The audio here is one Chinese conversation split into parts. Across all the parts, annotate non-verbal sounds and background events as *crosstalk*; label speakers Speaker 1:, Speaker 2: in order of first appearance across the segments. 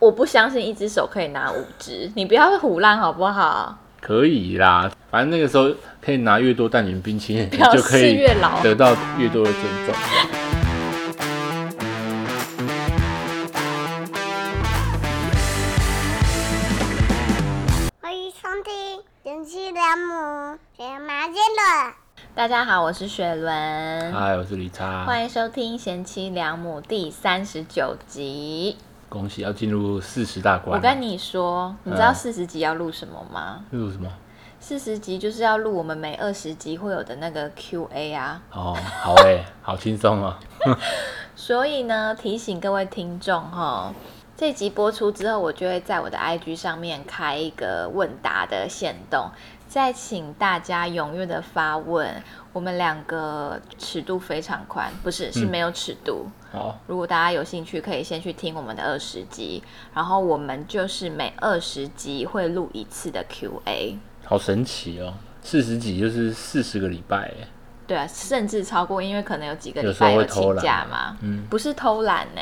Speaker 1: 我不相信一只手可以拿五只，你不要胡乱好不好？
Speaker 2: 可以啦，反正那个时候可以拿越多蛋卷冰淇淋，你
Speaker 1: *laughs* 表
Speaker 2: 就可
Speaker 1: 示
Speaker 2: 以
Speaker 1: 越
Speaker 2: *laughs*
Speaker 1: 老，
Speaker 2: 得到越多的尊重。
Speaker 3: 欢迎收听《贤妻良母学麻尖的
Speaker 1: 大家好，我是雪伦，
Speaker 2: 嗨，哎我是李叉，
Speaker 1: 嗯欢迎收听《贤妻良母》第三十九集。
Speaker 2: 恭喜要进入四十大关。
Speaker 1: 我跟你说，你知道
Speaker 2: 嗯
Speaker 1: 四十集要录什么吗？
Speaker 2: 例如什么？
Speaker 1: 四十集就是要录我们每二十集会有的那个 Q&A 啊。
Speaker 2: 哦，好哎、 *laughs* 好轻松哦。
Speaker 1: 所以呢，提醒各位听众哈，这集播出之后，我就会在我的 IG 上面开一个问答的限动，再请大家踊跃的发问。我们两个尺度非常宽，不是是
Speaker 2: 嗯
Speaker 1: 没有尺度。
Speaker 2: 好，
Speaker 1: 如果大家有兴趣，可以先去听我们的二十集，然后我们就是每二十集会录一次的 Q&A。
Speaker 2: 好神奇哦，四十几就是四十个礼拜哎。
Speaker 1: 对啊，甚至超过，因为可能有几个礼
Speaker 2: 有时
Speaker 1: 拜
Speaker 2: 候
Speaker 1: 有
Speaker 2: 会
Speaker 1: 请
Speaker 2: 偷懒
Speaker 1: 假嘛，
Speaker 2: 嗯
Speaker 1: 不是偷懒呢、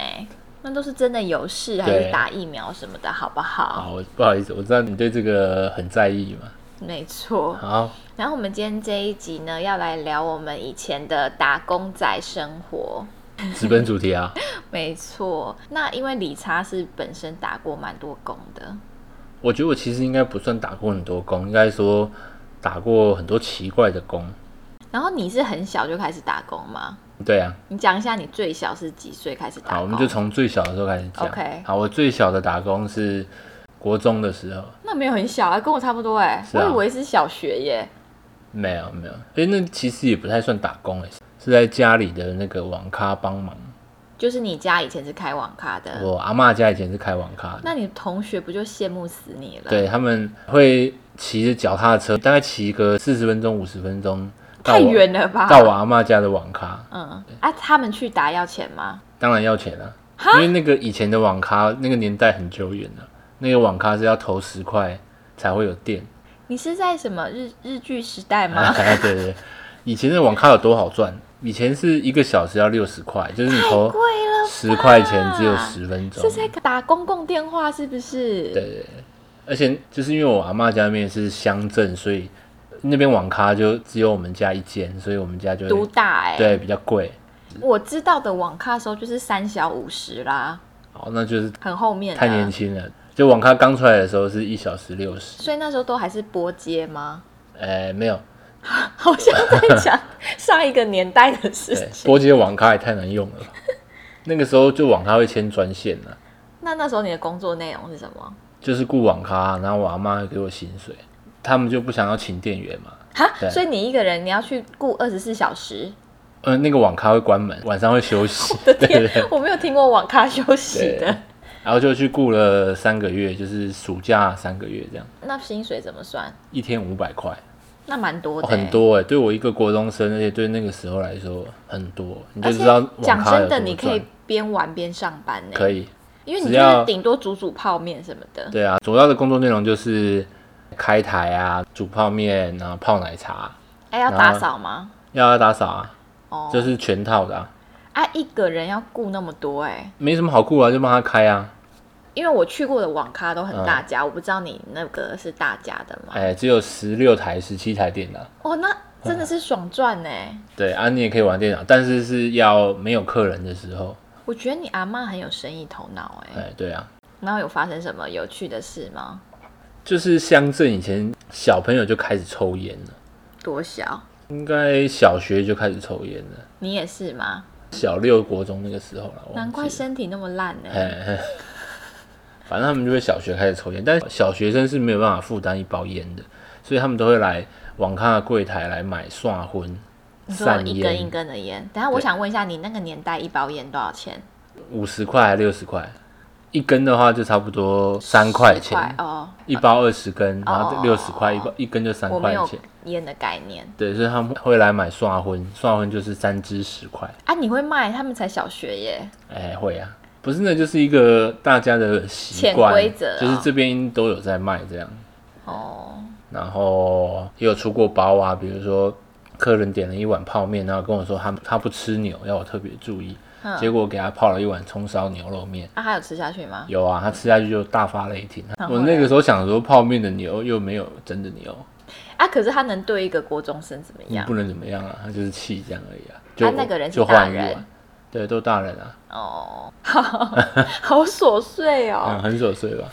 Speaker 1: 那都是真的有事，还是
Speaker 2: 对
Speaker 1: 打疫苗什么的，好不好？
Speaker 2: 好，我不好意思，我知道你对这个很在意嘛。
Speaker 1: 没错。
Speaker 2: 好，
Speaker 1: 然后我们今天这一集呢，要来聊我们以前的打工仔生活。
Speaker 2: 直奔主题啊。 *laughs*
Speaker 1: 没错，那因为理查是本身打过蛮多工的，
Speaker 2: 我觉得我其实应该不算打过很多工，应该说打过很多奇怪的工。
Speaker 1: 然后你是很小就开始打工吗？
Speaker 2: 对啊，
Speaker 1: 你讲一下你最小是几岁开始打工？
Speaker 2: 好，我们就从最小的时候开始讲。
Speaker 1: OK
Speaker 2: 好，我最小的打工是国中的时候，
Speaker 1: 那没有很小啊，跟我差不多哎、
Speaker 2: 是啊
Speaker 1: 我以为是小学耶。
Speaker 2: 没有没有，哎、那其实也不太算打工哎、是在家里的那个网咖帮忙。
Speaker 1: 就是你家以前是开网咖的，
Speaker 2: 我阿嬷家以前是开网咖的，
Speaker 1: 那你同学不就羡慕死你了？，
Speaker 2: 对他们会骑着脚踏车，大概骑个四十分钟、五十分钟到
Speaker 1: 太
Speaker 2: 我
Speaker 1: 远了吧？
Speaker 2: 到我阿嬷家的网咖，
Speaker 1: 嗯啊，他们去打要钱吗？
Speaker 2: 当然要钱啊，因为那个以前的网咖那个年代很久远了、那个网咖是要投十块才会有电。
Speaker 1: 你是在什么日日剧时代
Speaker 2: 啊，
Speaker 1: 吗？
Speaker 2: *laughs*
Speaker 1: *laughs*
Speaker 2: 对对对，以前的网咖有多好赚？以前是一个小时要六十块，就是你投
Speaker 1: 贵了，
Speaker 2: 十块钱只有十分钟
Speaker 1: 是。在打公共电话是不是？
Speaker 2: 对，而且就是因为我阿嬷家那边是乡镇，所以那边网咖就只有我们家一间，所以我们家就
Speaker 1: 独大哎、
Speaker 2: 对比较贵。
Speaker 1: 我知道的网咖的时候就是三小五十啦，
Speaker 2: 好，那就是
Speaker 1: 很后面啊的
Speaker 2: 太年轻了。就网咖刚出来的时候是一小时六十，
Speaker 1: 所以那时候都还是拨接吗？ *laughs*
Speaker 2: 呃，没有，
Speaker 1: 好像在
Speaker 2: *laughs*
Speaker 1: 讲上一个年代的事
Speaker 2: 对，
Speaker 1: 情。
Speaker 2: 拨接网咖也太难用了吧。那个时候就网咖会签专线啊了，
Speaker 1: 那那时候你的工作内容是什么？
Speaker 2: 就是雇网咖，然后我阿妈会给我薪水，他们就不想要请店员嘛。
Speaker 1: 哈，
Speaker 2: 对
Speaker 1: 所以你一个人你要去雇二十四小时，
Speaker 2: 呃，那个网咖会关门，晚上会休息。
Speaker 1: *laughs* 我的天，我没有听过网咖休息的
Speaker 2: 对。然后就去雇了三个月，就是暑假三个月这样，
Speaker 1: 那薪水怎么算？
Speaker 2: 一天五百块，
Speaker 1: 那蛮多的、欸
Speaker 2: 哦很。多哎、对我一个国中生，而且对那个时候来说很多，你
Speaker 1: 而
Speaker 2: 就
Speaker 1: 且
Speaker 2: 知道网
Speaker 1: 讲
Speaker 2: 咖
Speaker 1: 真
Speaker 2: 有
Speaker 1: 的，
Speaker 2: 多
Speaker 1: 你可
Speaker 2: 赚
Speaker 1: 以边玩边上班呢、
Speaker 2: 可以，
Speaker 1: 因为你就
Speaker 2: 只
Speaker 1: 是
Speaker 2: 要
Speaker 1: 顶多煮煮泡面什么的。
Speaker 2: 对啊，主要的工作内容就是开台啊，煮泡面，然后泡奶茶，
Speaker 1: 哎、要
Speaker 2: 然后
Speaker 1: 打扫吗？
Speaker 2: 要打扫啊，
Speaker 1: 哦，
Speaker 2: 这是全套的、啊，
Speaker 1: 啊，一个人要雇那么多哎、
Speaker 2: 没什么好顾啊，就帮他开啊。
Speaker 1: 因为我去过的网咖都很大家，我不知道你那个是大家的吗？
Speaker 2: 嗯哎，只有十六台、十七台电脑。
Speaker 1: 哦，那真的
Speaker 2: 嗯
Speaker 1: 是爽赚欸呢、
Speaker 2: 对啊，你也可以玩电脑，但是是要没有客人的时候。
Speaker 1: 我觉得你阿嬷很有生意头脑哎、
Speaker 2: 哎，对啊，
Speaker 1: 然后有发生什么有趣的事吗？
Speaker 2: 就是乡镇以前小朋友就开始抽烟了，
Speaker 1: 多小？
Speaker 2: 应该小学就开始抽烟了，
Speaker 1: 你也是吗？
Speaker 2: 小六国中那个时候了。我忘记了
Speaker 1: 难怪身体那么烂欸呢、
Speaker 2: 哎，哎反正他们就会小学开始抽烟，但是小学生是没有办法负担一包烟的，所以他们都会来网咖的柜台来买涮荤、
Speaker 1: 你说
Speaker 2: 散
Speaker 1: 一根一
Speaker 2: 烟，
Speaker 1: 根的烟，等一下我
Speaker 2: 对
Speaker 1: 想问一下，你那个年代一包烟多少钱？
Speaker 2: 五十块还六十块，一根的话就差不多三块
Speaker 1: 10块
Speaker 2: 钱。
Speaker 1: 哦，
Speaker 2: 一包二十根，然
Speaker 1: 哦
Speaker 2: 后六十块一包，一根就三
Speaker 1: 我没
Speaker 2: 块
Speaker 1: 有
Speaker 2: 钱。
Speaker 1: 烟的概念
Speaker 2: 对，所以他们会来买涮荤，涮荤就是三支十块。
Speaker 1: 啊！你会卖？他们才小学耶，
Speaker 2: 哎、会啊，不是，那就是一个大家的习
Speaker 1: 潜
Speaker 2: 惯，
Speaker 1: 规则啊
Speaker 2: 就是这边都有在卖这样。
Speaker 1: 哦，
Speaker 2: 然后也有出过包啊，比如说客人点了一碗泡面，然后跟我说他他不吃牛，要我特别注意。
Speaker 1: 嗯
Speaker 2: 结果给他泡了一碗葱烧牛肉面。
Speaker 1: 啊，还有吃下去吗？
Speaker 2: 有啊，他吃下去就大发雷霆。
Speaker 1: 然后
Speaker 2: 我
Speaker 1: 嘞
Speaker 2: 那个时候想说，泡面的牛又没有真的牛，
Speaker 1: 啊，可是他能对一个国中生怎么
Speaker 2: 你
Speaker 1: 样
Speaker 2: 不？能怎么样啊，他就是气这样而已啊。就、
Speaker 1: 那个人是
Speaker 2: 就换一
Speaker 1: 大人
Speaker 2: 碗，对，都大人啊，
Speaker 1: 哦， *laughs* 好好琐碎哦。
Speaker 2: 嗯，很琐碎吧？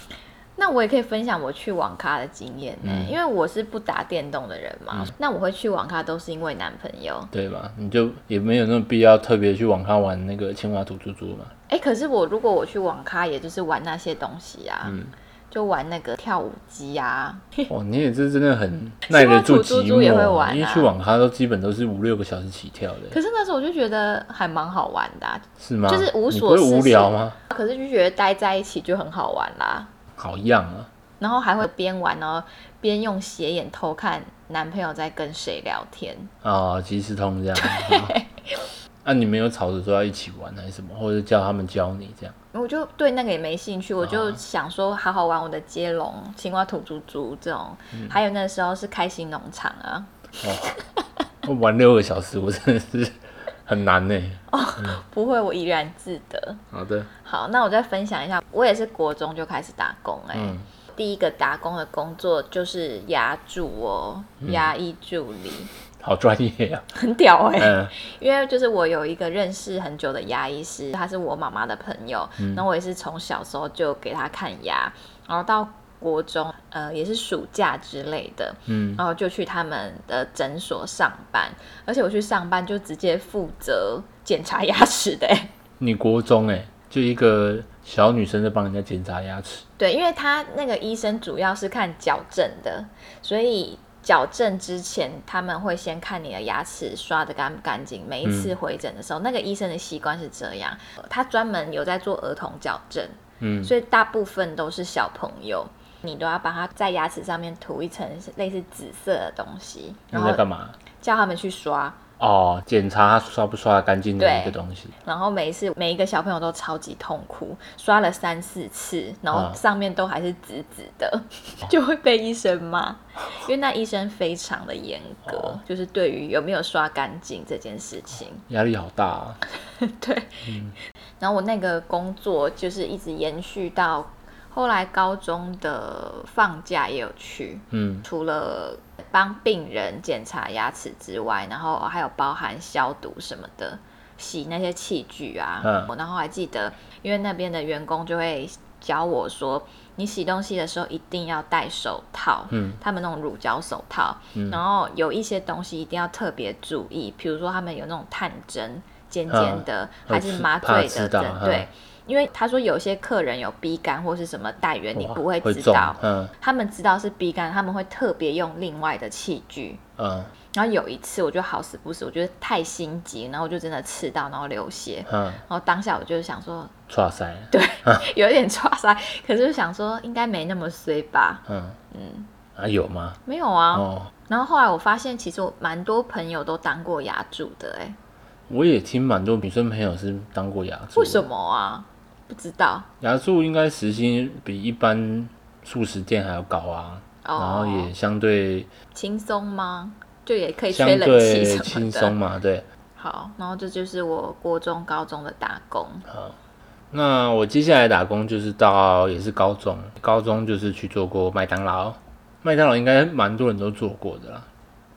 Speaker 1: 那我也可以分享我去网咖的经验呢、
Speaker 2: 嗯
Speaker 1: 因为我是不打电动的人嘛，那我会去网咖都是因为男朋友。
Speaker 2: 对吧？你就也没有那种必要特别去网咖玩那个青蛙吐珠珠嘛。
Speaker 1: 哎、可是我如果我去网咖，也就是玩那些东西啊，
Speaker 2: 嗯
Speaker 1: 就玩那个跳舞机啊，
Speaker 2: 哇，你也是真的很耐得住
Speaker 1: 青蛙吐
Speaker 2: 寂
Speaker 1: 珠珠也会
Speaker 2: 寞、
Speaker 1: 玩啊
Speaker 2: 因为去网咖都基本都是五六个小时起跳的，
Speaker 1: 可是那时候我就觉得还蛮好玩的啊、
Speaker 2: 是吗？
Speaker 1: 就是无
Speaker 2: 你不
Speaker 1: 所
Speaker 2: 会
Speaker 1: 事
Speaker 2: 无
Speaker 1: 事
Speaker 2: 聊吗？
Speaker 1: 可是就觉得待在一起就很好玩啦。
Speaker 2: 好样啊！
Speaker 1: 然后还会边玩，然后边用斜眼偷看男朋友在跟谁聊天。
Speaker 2: 啊、即时通这样。好那、你没有吵着说要一起玩还是什么，或者叫他们教你这样？
Speaker 1: 我就对那个也没兴趣，我就
Speaker 2: 啊
Speaker 1: 想说好好玩我的接龙、青蛙吐珠珠这种，还有那时候是开心农场啊， *laughs*
Speaker 2: 哦，我玩六个小时，我真的是很难欸呢。
Speaker 1: 不会我怡然自得。
Speaker 2: 好的，
Speaker 1: 好，那我再分享一下，我也是国中就开始打工哎、
Speaker 2: 嗯，
Speaker 1: 第一个打工的工作就是牙助哦，牙医助理，
Speaker 2: 好专业 *laughs* 啊。
Speaker 1: 很屌哎、
Speaker 2: 嗯，
Speaker 1: 因为就是我有一个认识很久的牙医师，他是我妈妈的朋友，然后我也是从小时候就给他看牙，然后到国中，呃，也是暑假之类的，
Speaker 2: 嗯
Speaker 1: 然后就去他们的诊所上班，而且我去上班就直接负责检查牙齿的欸、
Speaker 2: 你国中哎，就一个小女生在帮人家检查牙齿，
Speaker 1: 对，因为他那个医生主要是看矫正的，所以矫正之前他们会先看你的牙齿刷的干不干净。每一
Speaker 2: 嗯
Speaker 1: 次回诊的时候，那个医生的习惯是这样，呃他专门有在做儿童矫正，
Speaker 2: 嗯，
Speaker 1: 所以大部分都是小朋友。你都要帮他在牙齿上面涂一层类似紫色的东西，然
Speaker 2: 那
Speaker 1: 后
Speaker 2: 在干嘛？
Speaker 1: 叫他们去刷。
Speaker 2: 哦，检查它刷不刷得干净的一
Speaker 1: 对
Speaker 2: 个东西。
Speaker 1: 然后每一次每一个小朋友都超级痛苦，刷了三四次，然后
Speaker 2: 嗯
Speaker 1: 上面都还是紫紫的， *laughs* 就会被医生骂，因为那医生非常的严格，
Speaker 2: 哦
Speaker 1: 就是对于有没有刷干净这件事情，
Speaker 2: 压力好大啊！
Speaker 1: 对。然后我那个工作就是一直延续到后来高中的放假也有去，
Speaker 2: 嗯，
Speaker 1: 除了帮病人检查牙齿之外，然后还有包含消毒什么的，洗那些器具啊。
Speaker 2: 嗯
Speaker 1: 我然后还记得，因为那边的员工就会教我说，你洗东西的时候一定要戴手套，
Speaker 2: 嗯
Speaker 1: 他们那种乳胶手套，
Speaker 2: 嗯
Speaker 1: 然后有一些东西一定要特别注意，比如说他们有那种探针尖尖的，
Speaker 2: 嗯
Speaker 1: 还是麻
Speaker 2: 怕
Speaker 1: 醉
Speaker 2: 刺
Speaker 1: 的
Speaker 2: 到
Speaker 1: 针，
Speaker 2: 嗯
Speaker 1: 对。因为他说有些客人有鼻感或是什么带源，你
Speaker 2: 哇
Speaker 1: 不会
Speaker 2: 会
Speaker 1: 知
Speaker 2: 中
Speaker 1: 道，
Speaker 2: 嗯
Speaker 1: 他们知道是 B 肝，他们会特别用另外的器具。
Speaker 2: 嗯
Speaker 1: 然后有一次，我就好死不死，我觉得太心急，然后我就真的刺到，然后流血。
Speaker 2: 嗯，
Speaker 1: 然后当下我就想说， *laughs*
Speaker 2: 刷塞，
Speaker 1: 有一点抓塞，可是就想说应该没那么衰吧？
Speaker 2: 嗯嗯，啊有吗？
Speaker 1: 没有啊。
Speaker 2: 哦，
Speaker 1: 然后后来我发现，其实我蛮多朋友都当过牙柱的、欸，哎，
Speaker 2: 我也听蛮多女生朋友是当过牙助，
Speaker 1: 为什？么啊？不知道。
Speaker 2: 牙助应该时薪比一般素食店还要高啊，
Speaker 1: 哦，
Speaker 2: 然后也相对
Speaker 1: 轻松吗？就也可以
Speaker 2: 相
Speaker 1: 吹冷气
Speaker 2: 对
Speaker 1: 什么的。
Speaker 2: 轻松嘛，对。
Speaker 1: 好，然后这就是我国中、高中的打工。
Speaker 2: 那我接下来打工就是到也是高中，高中就是去做过麦当劳，麦当劳应该蛮多人都做过的啦。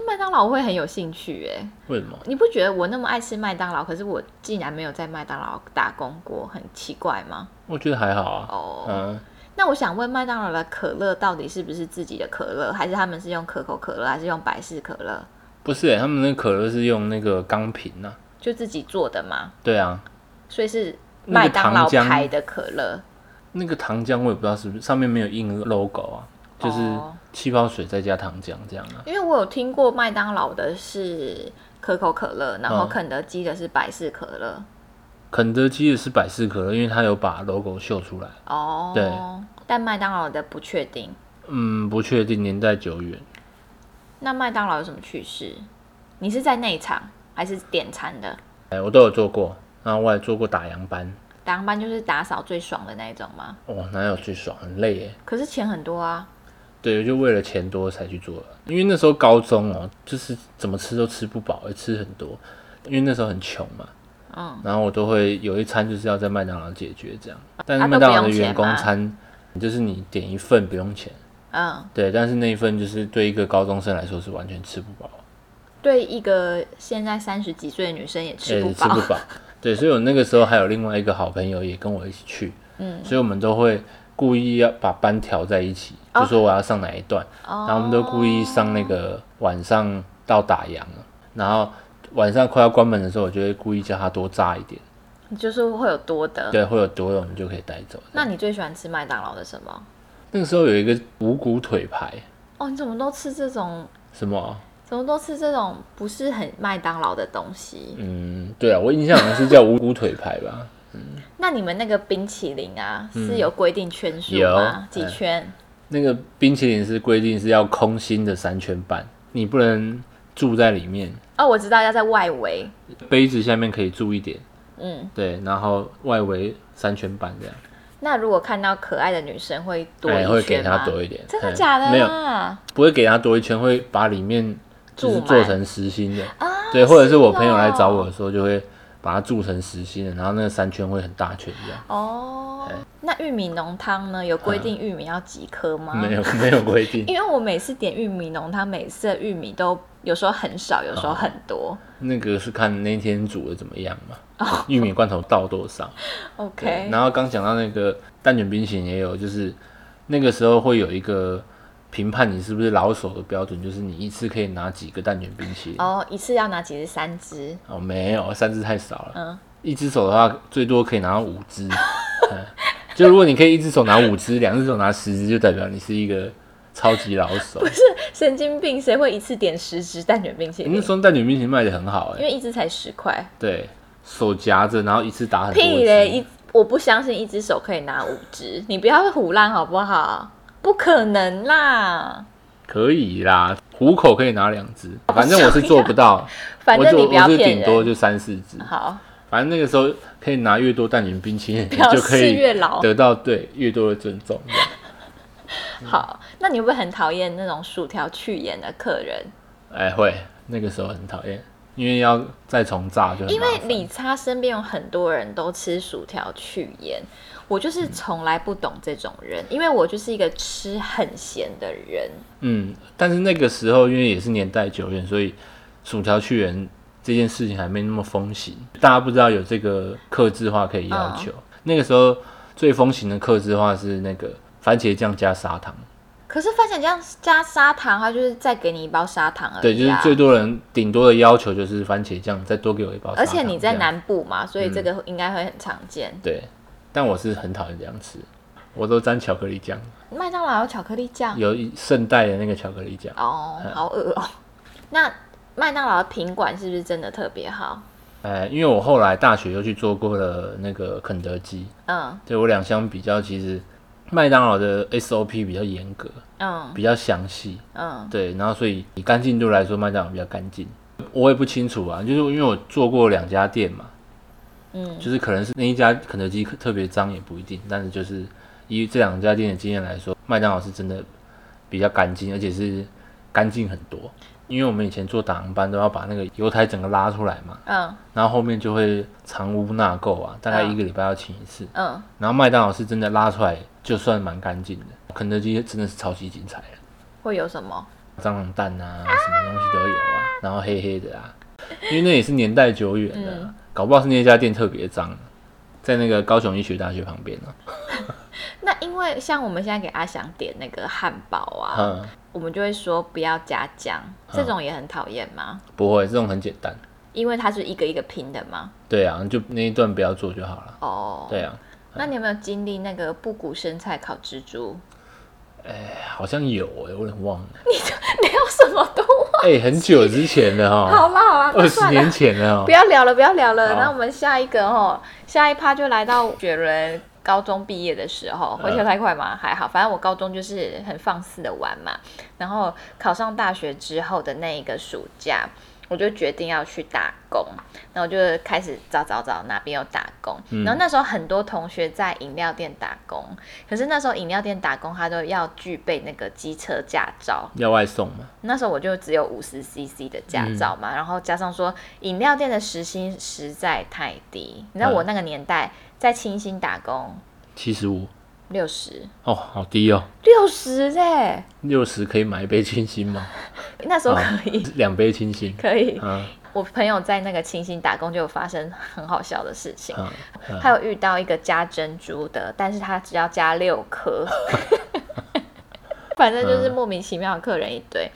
Speaker 1: 麦当劳我会很有兴趣、欸，哎。
Speaker 2: 为什么？
Speaker 1: 你不觉得我那么爱吃麦当劳，可是我竟然没有在麦当劳打工过，很奇怪吗？
Speaker 2: 我觉得还好啊。
Speaker 1: 哦、
Speaker 2: 嗯，
Speaker 1: 那我想问，麦当劳的可乐到底是不是自己的可乐，还是他们是用可口可乐，还是用百事可乐，
Speaker 2: 不是、欸，他们那可乐是用那个钢瓶呐、啊。
Speaker 1: 就自己做的吗？
Speaker 2: 对啊，
Speaker 1: 所以是
Speaker 2: 那个
Speaker 1: 麦当劳
Speaker 2: 糖浆
Speaker 1: 牌的可乐，
Speaker 2: 那个糖浆我也不知道是不是上面没有印 logo 啊，就是
Speaker 1: 哦
Speaker 2: 气泡水再加糖浆这样啊。
Speaker 1: 因为我有听过麦当劳的是可口可乐，然后
Speaker 2: 嗯
Speaker 1: 肯德基的是百事可乐。
Speaker 2: 肯德基的是百事可乐，因为它有把 logo 秀出来。
Speaker 1: 哦，
Speaker 2: 对，
Speaker 1: 但麦当劳的不确定。
Speaker 2: 嗯，不确定年代久远，
Speaker 1: 那麦当劳有什么趣事？你是在内场还是点餐的？
Speaker 2: 哎、我都有做过，然后我也做过打烊班。
Speaker 1: 打班就是打扫最爽的那一种吗？
Speaker 2: 哦，哪有最爽，很累欸耶。
Speaker 1: 可是钱很多啊，
Speaker 2: 对，就为了钱多才去做的，因为那时候高中哦，就是怎么吃都吃不饱，也吃很多，因为那时候很穷嘛。
Speaker 1: 嗯，
Speaker 2: 然后我都会有一餐就是要在麦当劳解决这样，但
Speaker 1: 啊
Speaker 2: 是
Speaker 1: 都
Speaker 2: 麦当
Speaker 1: 不
Speaker 2: 劳的
Speaker 1: 用钱
Speaker 2: 员工
Speaker 1: 吗
Speaker 2: 餐就是你点一份不用钱，
Speaker 1: 嗯，
Speaker 2: 对，但是那一份就是对一个高中生来说是完全吃不饱，
Speaker 1: 对一个现在三十几岁的女生也吃
Speaker 2: 对，
Speaker 1: 不
Speaker 2: 哎吃
Speaker 1: 饱， *laughs*
Speaker 2: 不饱，对，所以我那个时候还有另外一个好朋友也跟我一起去，
Speaker 1: 嗯，
Speaker 2: 所以我们都会故意要把班调在一起，就说我要上哪一段，
Speaker 1: 哦
Speaker 2: 然后我们都故意上那个晚上到打烊了，然后晚上快要关门的时候，我就会故意叫他多炸一点，
Speaker 1: 就是会有多的。
Speaker 2: 对，会有多的我们就可以带走。
Speaker 1: 那你最喜欢吃麦当劳的什么？
Speaker 2: 那个时候有一个五谷腿排，
Speaker 1: 哦，你怎么都吃这种，
Speaker 2: 什么？啊
Speaker 1: 怎么都吃这种不是很麦当劳的东西？
Speaker 2: 嗯，对啊，我印象好像是叫五谷腿排吧，
Speaker 1: 那你们那个冰淇淋啊，是有规定圈数吗？
Speaker 2: 嗯有哎
Speaker 1: 几圈？
Speaker 2: 那个冰淇淋是规定是要空心的三圈半，你不能住在里面，
Speaker 1: 哦，我知道要在外围。
Speaker 2: 杯子下面可以住一点，
Speaker 1: 嗯，
Speaker 2: 对，然后外围三圈半这样。
Speaker 1: 那如果看到可爱的女生会多一
Speaker 2: 哎
Speaker 1: 圈吗？
Speaker 2: 会给她多一点
Speaker 1: 真的
Speaker 2: 哎
Speaker 1: 假的啊
Speaker 2: 没有
Speaker 1: 啦？
Speaker 2: 不会给他多一圈，会把里面就是
Speaker 1: 注满
Speaker 2: 做成实心的。
Speaker 1: 啊，
Speaker 2: 对，或者是我朋友
Speaker 1: 哦
Speaker 2: 来找我的时候，就会把它注成实心的，然后那个三圈会很大圈这样。
Speaker 1: 哦，那玉米浓汤呢？有规定玉米要几颗吗？
Speaker 2: 嗯没有 *laughs* 没有规定，
Speaker 1: 因为我每次点玉米浓汤，每次的玉米都有时候很少，有时候很多。
Speaker 2: 那个是看那天煮的怎么样嘛，
Speaker 1: 哦
Speaker 2: 玉米罐头倒多少。对
Speaker 1: OK，
Speaker 2: 然后刚讲到那个蛋卷冰淇淋也有，就是那个时候会有一个评判你是不是老手的标准，就是你一次可以拿几个蛋卷冰淇淋。
Speaker 1: 哦，一次要拿几只？三 *laughs* 只。
Speaker 2: 哦，没有，三只太少了。
Speaker 1: 嗯
Speaker 2: 一只手的话，最多可以拿到五
Speaker 1: *laughs*
Speaker 2: 只。嗯就如果你可以一只手拿五只，两只手拿十只，就代表你是一个超级老手。
Speaker 1: 神经病，谁会一次点十只蛋卷冰淇
Speaker 2: 你那
Speaker 1: 淋？
Speaker 2: 时候蛋卷冰淇淋卖的很好哎、
Speaker 1: 因为一只才十块。
Speaker 2: 对手夹着，然后一次打很多
Speaker 1: 屁嘞！
Speaker 2: 只
Speaker 1: 一。我不相信一只手可以拿五只，你不要胡乱好不好？不可能啦！
Speaker 2: 可以啦，虎口可以拿两只，反正我是做不到，
Speaker 1: *laughs* 反
Speaker 2: 我
Speaker 1: 正
Speaker 2: 就
Speaker 1: 你不要
Speaker 2: 我是
Speaker 1: 骗
Speaker 2: 顶多
Speaker 1: 人。
Speaker 2: 就三四只。
Speaker 1: 好，
Speaker 2: 反正那个时候可以拿越多蛋卷冰淇
Speaker 1: *laughs*
Speaker 2: 淋，
Speaker 1: 表
Speaker 2: 就可
Speaker 1: 示
Speaker 2: 以
Speaker 1: 越老
Speaker 2: 得到对越多的尊重。嗯
Speaker 1: 好，那你会不会很讨厌那种薯条去盐的客人？
Speaker 2: 哎，会那个时候很讨厌，因为要再重炸就很
Speaker 1: 因为
Speaker 2: 麻烦
Speaker 1: 李差身边有很多人都吃薯条去盐，我
Speaker 2: 嗯
Speaker 1: 就是从来不懂这种人，因为我就是一个吃很咸的人。
Speaker 2: 嗯，但是那个时候因为也是年代久远，所以薯条去人这件事情还没那么风行，大家不知道有这个克制化可以要
Speaker 1: 嗯
Speaker 2: 求。那个时候最风行的克制化是那个番茄酱加砂糖，
Speaker 1: 可是番茄酱加砂糖，它就是再给你一包砂糖而已、啊。
Speaker 2: 对，就是最多人顶多的要求就是番茄酱，再多给我一包
Speaker 1: 而
Speaker 2: 砂糖。
Speaker 1: 且你在
Speaker 2: 这样嗯
Speaker 1: 南部嘛，所以这个应该会很常见。
Speaker 2: 对，但我是很讨厌这样吃，我都沾巧克力酱，
Speaker 1: 麦当劳有巧克力酱
Speaker 2: 有一圣代的那个巧克力酱。
Speaker 1: 哦，
Speaker 2: 嗯
Speaker 1: 好恶哦。 *laughs* 那麦当劳的品管是不是真的特别好？
Speaker 2: 呃，因为我后来大学又去做过了那个肯德基，
Speaker 1: 嗯
Speaker 2: 对我两相比较，其实麦当劳的 SOP 比较严格，
Speaker 1: 嗯
Speaker 2: 比较详细，
Speaker 1: 嗯
Speaker 2: 对，然后所以以干净度来说，麦当劳比较干净。我也不清楚啊，就是因为我做过两家店嘛，
Speaker 1: 嗯，
Speaker 2: 就是可能是那一家肯德基特别脏也不一定，但是就是以这两家店的经验来说，麦当劳是真的比较干净，而且是干净很多。因为我们以前做打航班都要把那个油台整个拉出来嘛，
Speaker 1: 嗯
Speaker 2: 然后后面就会藏污纳垢啊，大概
Speaker 1: 嗯
Speaker 2: 一个礼拜要清一次。
Speaker 1: 嗯，
Speaker 2: 然后麦当劳是真的拉出来就算蛮干净的，肯德基真的是超级精彩的，
Speaker 1: 会有什么？
Speaker 2: 蟑螂蛋啊，什么东西都有啊，然后黑黑的啊，因为那也是年代久远的啊、
Speaker 1: 嗯
Speaker 2: 搞不好是那家店特别脏，啊在那个高雄医学大学旁边啊呢、
Speaker 1: 那因为像我们现在给阿翔点那个汉堡啊，
Speaker 2: 啊。嗯，
Speaker 1: 我们就会说不要加酱，这种也很讨厌吗？
Speaker 2: 不会，这种很简单。
Speaker 1: 因为它是一个一个拼的嘛。
Speaker 2: 对啊，就那一段不要做就好了。
Speaker 1: 哦，
Speaker 2: 对啊，
Speaker 1: 那你有没有经历那个布谷生菜烤蜘蛛？ *laughs*
Speaker 2: 好像有哎、我有点忘了，
Speaker 1: 没有什么都忘。
Speaker 2: 哎、很久之前了
Speaker 1: 好
Speaker 2: 哦，
Speaker 1: 啦好啦，那
Speaker 2: 二十
Speaker 1: 算了
Speaker 2: 年前了哦
Speaker 1: 不。要聊了，不要聊了。
Speaker 2: 好
Speaker 1: 那我们下一个哦，下一趴就来到雪伦高中毕业的时
Speaker 2: 嗯
Speaker 1: 候，回球太快嘛，还好，反正我高中就是很放肆的玩嘛。然后考上大学之后的那一个暑假，我就决定要去打工，然后我就开始找找找哪边有打工。
Speaker 2: 嗯
Speaker 1: 然后那时候很多同学在饮料店打工，可是那时候饮料店打工他都要具备那个机车驾照，
Speaker 2: 要外送嘛，
Speaker 1: 那时候我就只有五十 CC 的驾照嘛，然后加上说饮料店的时薪实在太低，你知道
Speaker 2: 嗯
Speaker 1: 我那个年代在清新打工
Speaker 2: 七十五
Speaker 1: 六十
Speaker 2: 哦，好低哦，
Speaker 1: 六十嘞，
Speaker 2: 六十可以买一杯清
Speaker 1: *laughs*
Speaker 2: 新吗？
Speaker 1: 那时候
Speaker 2: 好
Speaker 1: 可以、 *laughs*
Speaker 2: 两杯清新，
Speaker 1: 可以。
Speaker 2: 啊
Speaker 1: 我朋友在那个清新打工就有发生很好笑的事情，
Speaker 2: 啊，
Speaker 1: 他有遇到一个加珍珠的，但是他只要加六 *laughs* 颗，反正就是莫名其妙的客人一堆。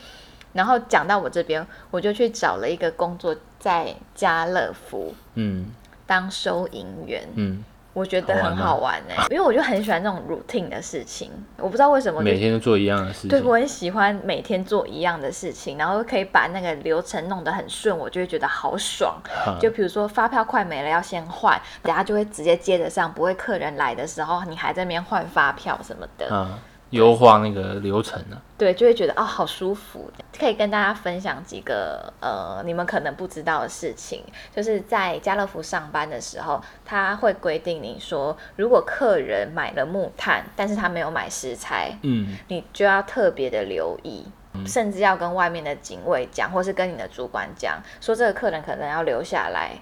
Speaker 1: 然后讲到我这边，我就去找了一个工作在家乐福
Speaker 2: 嗯
Speaker 1: 当收银员，
Speaker 2: 嗯，
Speaker 1: 我觉得很好
Speaker 2: 好
Speaker 1: 玩哎、因为我就很喜欢那种 routine 的事情，我不知道为什么我就
Speaker 2: 每天都做一样的事
Speaker 1: 对，我
Speaker 2: 情，
Speaker 1: 很喜欢每天做一样的事情，然后可以把那个流程弄得很顺，我就会觉得好爽。
Speaker 2: 啊
Speaker 1: 就比如说发票快没了要先换，等下就会直接接得上，不会客人来的时候你还在那边换发票什么的，
Speaker 2: 啊，优化那个流程啊，
Speaker 1: 对，就会觉得哦好舒服。可以跟大家分享几个呃你们可能不知道的事情，就是在家乐福上班的时候，他会规定你说，如果客人买了木炭，但是他没有买食材，
Speaker 2: 嗯
Speaker 1: 你就要特别的留意，甚至要跟外面的警卫讲，或是跟你的主管讲，说这个客人可能要留下来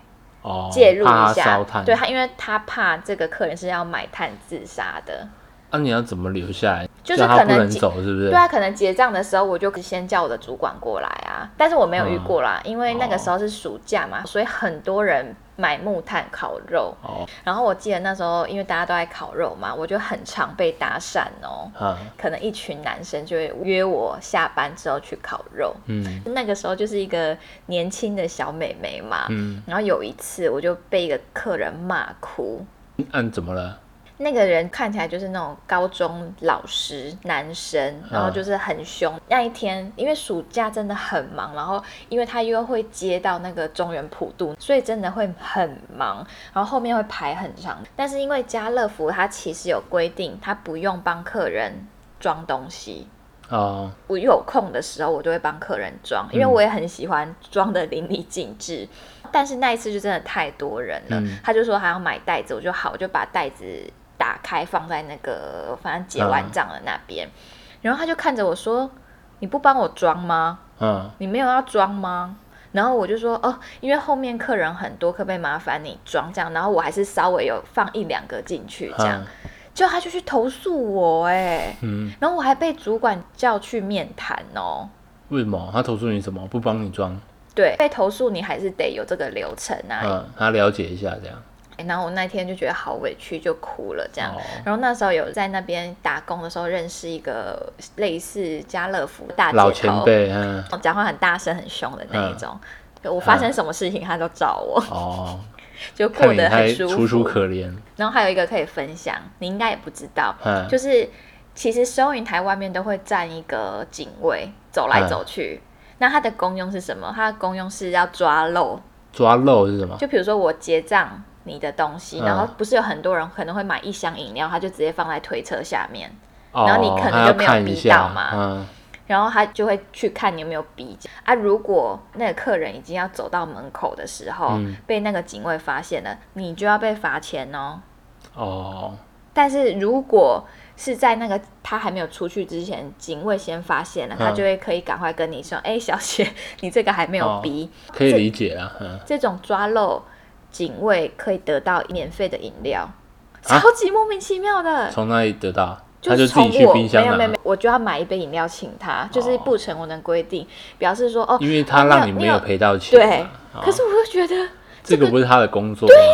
Speaker 2: 哦，
Speaker 1: 介入
Speaker 2: 怕
Speaker 1: 一
Speaker 2: 他
Speaker 1: 下。
Speaker 2: 烧炭，
Speaker 1: 对他，因为他怕这个客人是要买炭自杀的。
Speaker 2: 那你要怎么留下来？
Speaker 1: 就是
Speaker 2: 叫他
Speaker 1: 可
Speaker 2: 不
Speaker 1: 能
Speaker 2: 能
Speaker 1: 几
Speaker 2: 走，是不是？
Speaker 1: 对啊，可能结账的时候我就先叫我的主管过来啊，但是我没有遇过啦，因为那个时候是暑假嘛，所以很多人买木炭烤肉。
Speaker 2: 哦，
Speaker 1: 然后我记得那时候因为大家都在烤肉嘛，我就很常被搭讪哦。
Speaker 2: 啊，
Speaker 1: 可能一群男生就会约我下班之后去烤肉，
Speaker 2: 嗯
Speaker 1: 那个时候就是一个年轻的小美眉嘛，
Speaker 2: 嗯，
Speaker 1: 然后有一次我就被一个客人骂哭。
Speaker 2: 按怎么了？
Speaker 1: 那个人看起来就是那种高中老师，男生，然后就是很凶。那一天，因为暑假真的很忙，然后因为他又会接到那个中原普渡，所以真的会很忙，然后后面会排很长。但是因为家乐福它其实有规定，它不用帮客人装东西，
Speaker 2: 哦，
Speaker 1: 我有空的时候，我就会帮客人装，
Speaker 2: 嗯
Speaker 1: 因为我也很喜欢装的淋漓尽致。但是那一次就真的太多人了，
Speaker 2: 嗯
Speaker 1: 他就说还要买袋子，我就好，我就把袋子打开放在那个反正结完账的那边，然后他就看着我说：“你不帮我装吗？
Speaker 2: 嗯
Speaker 1: 你没有要装吗？”然后我就说哦，因为后面客人很多，可不可以麻烦你装这样？然后我还是稍微有放一两个进去这样，
Speaker 2: 嗯
Speaker 1: 就他就去投诉我哎、
Speaker 2: 嗯，
Speaker 1: 然后我还被主管叫去面谈哦。
Speaker 2: 为什么他投诉你什么？不帮你装？
Speaker 1: 对，被投诉你还是得有这个流程啊。
Speaker 2: 嗯，他了解一下这样。
Speaker 1: 然后我那天就觉得好委屈，就哭了这样。
Speaker 2: 哦
Speaker 1: 然后那时候有在那边打工的时候认识一个类似家乐福大姐头
Speaker 2: 老前，辈，嗯，
Speaker 1: 讲话很大声很凶的那一种。就我发生什么事情，他都找我，
Speaker 2: 哦，
Speaker 1: 就
Speaker 2: 看
Speaker 1: 过
Speaker 2: 你
Speaker 1: 得很
Speaker 2: 太
Speaker 1: 舒服。
Speaker 2: 楚楚可怜，
Speaker 1: 然后还有一个可以分享，你应该也不知道，
Speaker 2: 嗯
Speaker 1: 就是其实收银台外面都会站一个警卫，走来
Speaker 2: 嗯
Speaker 1: 走去。那它的功用是什么？它的功用是要抓漏，
Speaker 2: 抓漏是什么？
Speaker 1: 就比如说我结账你的东西，
Speaker 2: 嗯
Speaker 1: 然后不是有很多人可能会买一箱饮料，他就直接放在推车下面，
Speaker 2: 哦，
Speaker 1: 然后你可能
Speaker 2: 他要
Speaker 1: 就没有
Speaker 2: 看一
Speaker 1: 逼
Speaker 2: 下
Speaker 1: 到嘛
Speaker 2: 嗯，
Speaker 1: 然后他就会去看你有没有比啊。如果那个客人已经要走到门口的时候，
Speaker 2: 嗯
Speaker 1: 被那个警卫发现了，你就要被罚钱哦。
Speaker 2: 哦，
Speaker 1: 但是如果是在那个他还没有出去之前，警卫先发现了，他
Speaker 2: 嗯
Speaker 1: 就会可以赶快跟你说：“哎、小姐， *laughs* 你这个还没有
Speaker 2: 哦
Speaker 1: 逼。
Speaker 2: 可以理解啦，嗯，
Speaker 1: 这种抓漏，警卫可以得到免费的饮料，超
Speaker 2: 啊
Speaker 1: 级莫名其妙的。
Speaker 2: 从那里得到，
Speaker 1: 就
Speaker 2: 他
Speaker 1: 是
Speaker 2: 就自
Speaker 1: 从
Speaker 2: 己去
Speaker 1: 我
Speaker 2: 冰箱
Speaker 1: 没有没有
Speaker 2: 拿
Speaker 1: 没，有，我就要买一杯饮料请他，就是
Speaker 2: 哦
Speaker 1: 不成文的规定，表示说哦，
Speaker 2: 因为他
Speaker 1: 你有
Speaker 2: 让你没
Speaker 1: 你有
Speaker 2: 有赔到钱
Speaker 1: 对
Speaker 2: 嘛，。哦
Speaker 1: 可是我又觉得
Speaker 2: 这个不是他的工作，对呀，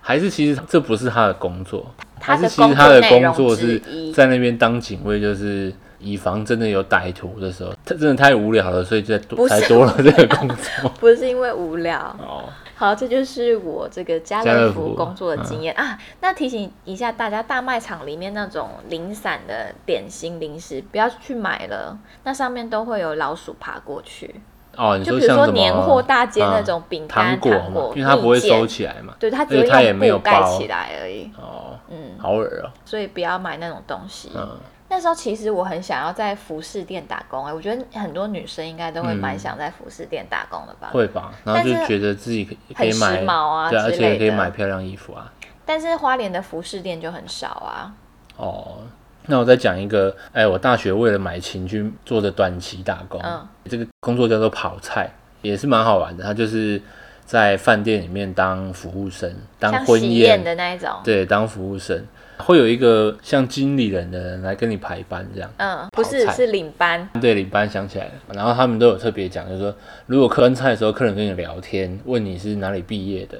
Speaker 2: 还是其实这不是他的工作，
Speaker 1: 他
Speaker 2: 还
Speaker 1: 的
Speaker 2: 是其实他的工作
Speaker 1: 工作
Speaker 2: 是
Speaker 1: 内容之一
Speaker 2: 在那边当警卫，就是以防真的有歹徒的时候，他真的太无聊了，所以就在
Speaker 1: 不
Speaker 2: 多
Speaker 1: 是
Speaker 2: 才多了这个工
Speaker 1: *laughs*
Speaker 2: 作
Speaker 1: 不是因为无聊，
Speaker 2: 哦。
Speaker 1: 好，这就是我这个家
Speaker 2: 家
Speaker 1: 乐
Speaker 2: 乐
Speaker 1: 福
Speaker 2: 福嗯
Speaker 1: 工作的经验、啊。那提醒一下大家，大卖场里面那种零散的点心零食不要去买了，那上面都会有老鼠爬过去。
Speaker 2: 哦，你
Speaker 1: 就比如
Speaker 2: 像
Speaker 1: 说
Speaker 2: 什么
Speaker 1: 年货大街
Speaker 2: 啊
Speaker 1: 那种饼干、
Speaker 2: 糖果
Speaker 1: 糖
Speaker 2: 嘛
Speaker 1: 果，，
Speaker 2: 因为它不会
Speaker 1: 蜜饯
Speaker 2: 收，起来嘛。
Speaker 1: 对，它只
Speaker 2: 而且它也没
Speaker 1: 用
Speaker 2: 有
Speaker 1: 布盖
Speaker 2: 包
Speaker 1: 起来而已。
Speaker 2: 哦，
Speaker 1: 嗯，
Speaker 2: 好恶哦、
Speaker 1: 所以不要买那种东西。
Speaker 2: 嗯，
Speaker 1: 那时候其实我很想要在服饰店打工哎、我觉得很多女生应该都会蛮
Speaker 2: 嗯
Speaker 1: 想在服饰店打工的吧。
Speaker 2: 会吧？然后就
Speaker 1: 但是
Speaker 2: 觉得自己可以可
Speaker 1: 很
Speaker 2: 以
Speaker 1: 时
Speaker 2: 买，
Speaker 1: 髦啊
Speaker 2: 对啊，
Speaker 1: 之
Speaker 2: 而且
Speaker 1: 类
Speaker 2: 可以
Speaker 1: 的
Speaker 2: 买漂亮衣服啊。
Speaker 1: 但是花莲的服饰店就很少啊。
Speaker 2: 哦，那我再讲一个，哎，我大学为了买琴去做的短期打工，
Speaker 1: 嗯
Speaker 2: 这个工作叫做跑菜，也是蛮好玩的。他就是在饭店里面当服务生，当
Speaker 1: 像
Speaker 2: 婚
Speaker 1: 喜宴的那一种，
Speaker 2: 对，当服务生会有一个像经理人的人来跟你排班这样。
Speaker 1: 嗯，不是
Speaker 2: 跑菜
Speaker 1: 是领班，
Speaker 2: 对，领班想起来了，然后他们都有特别讲，就是说，如果客人菜的时候，客人跟你聊天，问你是哪里毕
Speaker 1: *laughs*
Speaker 2: 业的，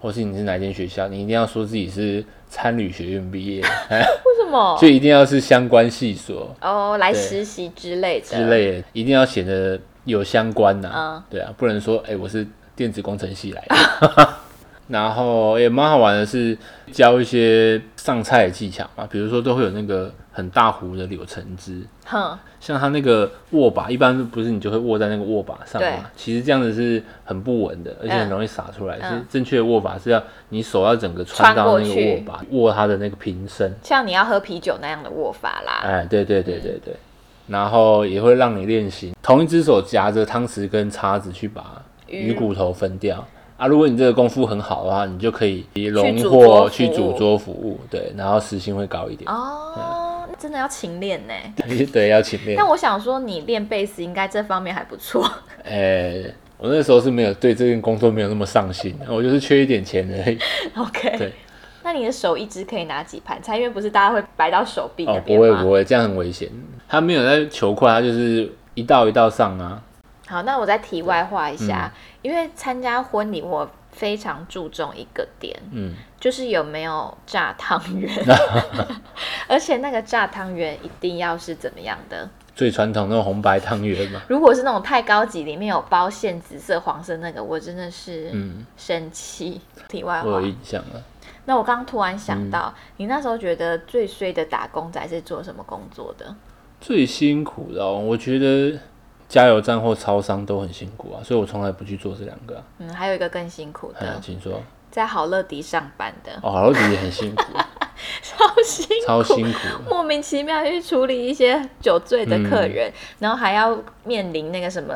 Speaker 2: 或是你是哪间学校，你一定要说自己是参旅学院毕业的， *laughs*
Speaker 1: 为什么？
Speaker 2: 就一定要是相关系所
Speaker 1: 哦，来
Speaker 2: 对
Speaker 1: 实习之类的
Speaker 2: 之，类的，一定要写的有相关呐、
Speaker 1: 嗯
Speaker 2: 对啊，不能说哎、我是电子工程系来的。 *laughs* 然后也蛮好玩的是教一些上菜的技巧嘛，比如说都会有那个很大壶的柳橙汁，
Speaker 1: 哼，
Speaker 2: 像它那个握把，一般不是你就会握在那个握把上
Speaker 1: 对
Speaker 2: 嘛？其实这样子是很不稳的，而且很容易洒出来。
Speaker 1: 嗯
Speaker 2: 是正确的握把是要你手要整个穿到那
Speaker 1: 穿过
Speaker 2: 个
Speaker 1: 去
Speaker 2: 握把，握它的那个瓶身。
Speaker 1: 像你要喝啤酒那样的握法啦，
Speaker 2: 哎，对对对
Speaker 1: 嗯
Speaker 2: 对对，然后也会让你练习同一只手夹着汤匙跟叉子去把
Speaker 1: 鱼
Speaker 2: 鱼骨头分掉。啊，如果你这个功夫很好的话，你就可以荣
Speaker 1: 主
Speaker 2: 获
Speaker 1: 桌
Speaker 2: 去
Speaker 1: 服
Speaker 2: 主
Speaker 1: 务
Speaker 2: 桌服务，对，然后时薪会高一点，
Speaker 1: 哦，那真的要勤练呢。
Speaker 2: *laughs* 对，要勤练
Speaker 1: 但。我想说，你练贝斯应该这方面还不错， *laughs*
Speaker 2: 诶、哎我那时候是没有对这份工作没有那么上心，我就是缺一点
Speaker 1: *laughs*
Speaker 2: 钱而已。
Speaker 1: OK
Speaker 2: 对。
Speaker 1: 那你的手一只可以拿几盘菜？因为不是大家会摆到手臂那
Speaker 2: 哦，不
Speaker 1: 边
Speaker 2: 会
Speaker 1: 吗？
Speaker 2: 不会，这样很危险。他没有在求快，他就是一道一道上啊。
Speaker 1: 好，那我再题外话一下，
Speaker 2: 嗯
Speaker 1: 因为参加婚礼，我非常注重一个点，
Speaker 2: 嗯，
Speaker 1: 就是有没有炸汤圆， *laughs* 而且那个炸汤圆一定要是怎么样的？
Speaker 2: 最传统那种红白汤圆嘛。
Speaker 1: 如果是那种太高级，里面有包馅紫色、黄色那个，我真的是
Speaker 2: 嗯，
Speaker 1: 生气。题外
Speaker 2: 我
Speaker 1: 话
Speaker 2: 有，印象啊了。
Speaker 1: 那我刚刚突然想到，你那时候觉得最衰的打工仔是做什么工作的？
Speaker 2: 最辛苦的、哦，我觉得加油站或超商都很辛苦啊，所以我从来不去做这两个、啊。
Speaker 1: 嗯，还有一个更辛苦
Speaker 2: 哎
Speaker 1: 的，
Speaker 2: 请说。
Speaker 1: 在好乐迪上班的，
Speaker 2: 哦，好乐迪也很
Speaker 1: *laughs*
Speaker 2: 辛苦，
Speaker 1: 超辛苦，
Speaker 2: 超辛苦的。
Speaker 1: 莫名其妙去处理一些酒醉的客人，然后还要面临那个什么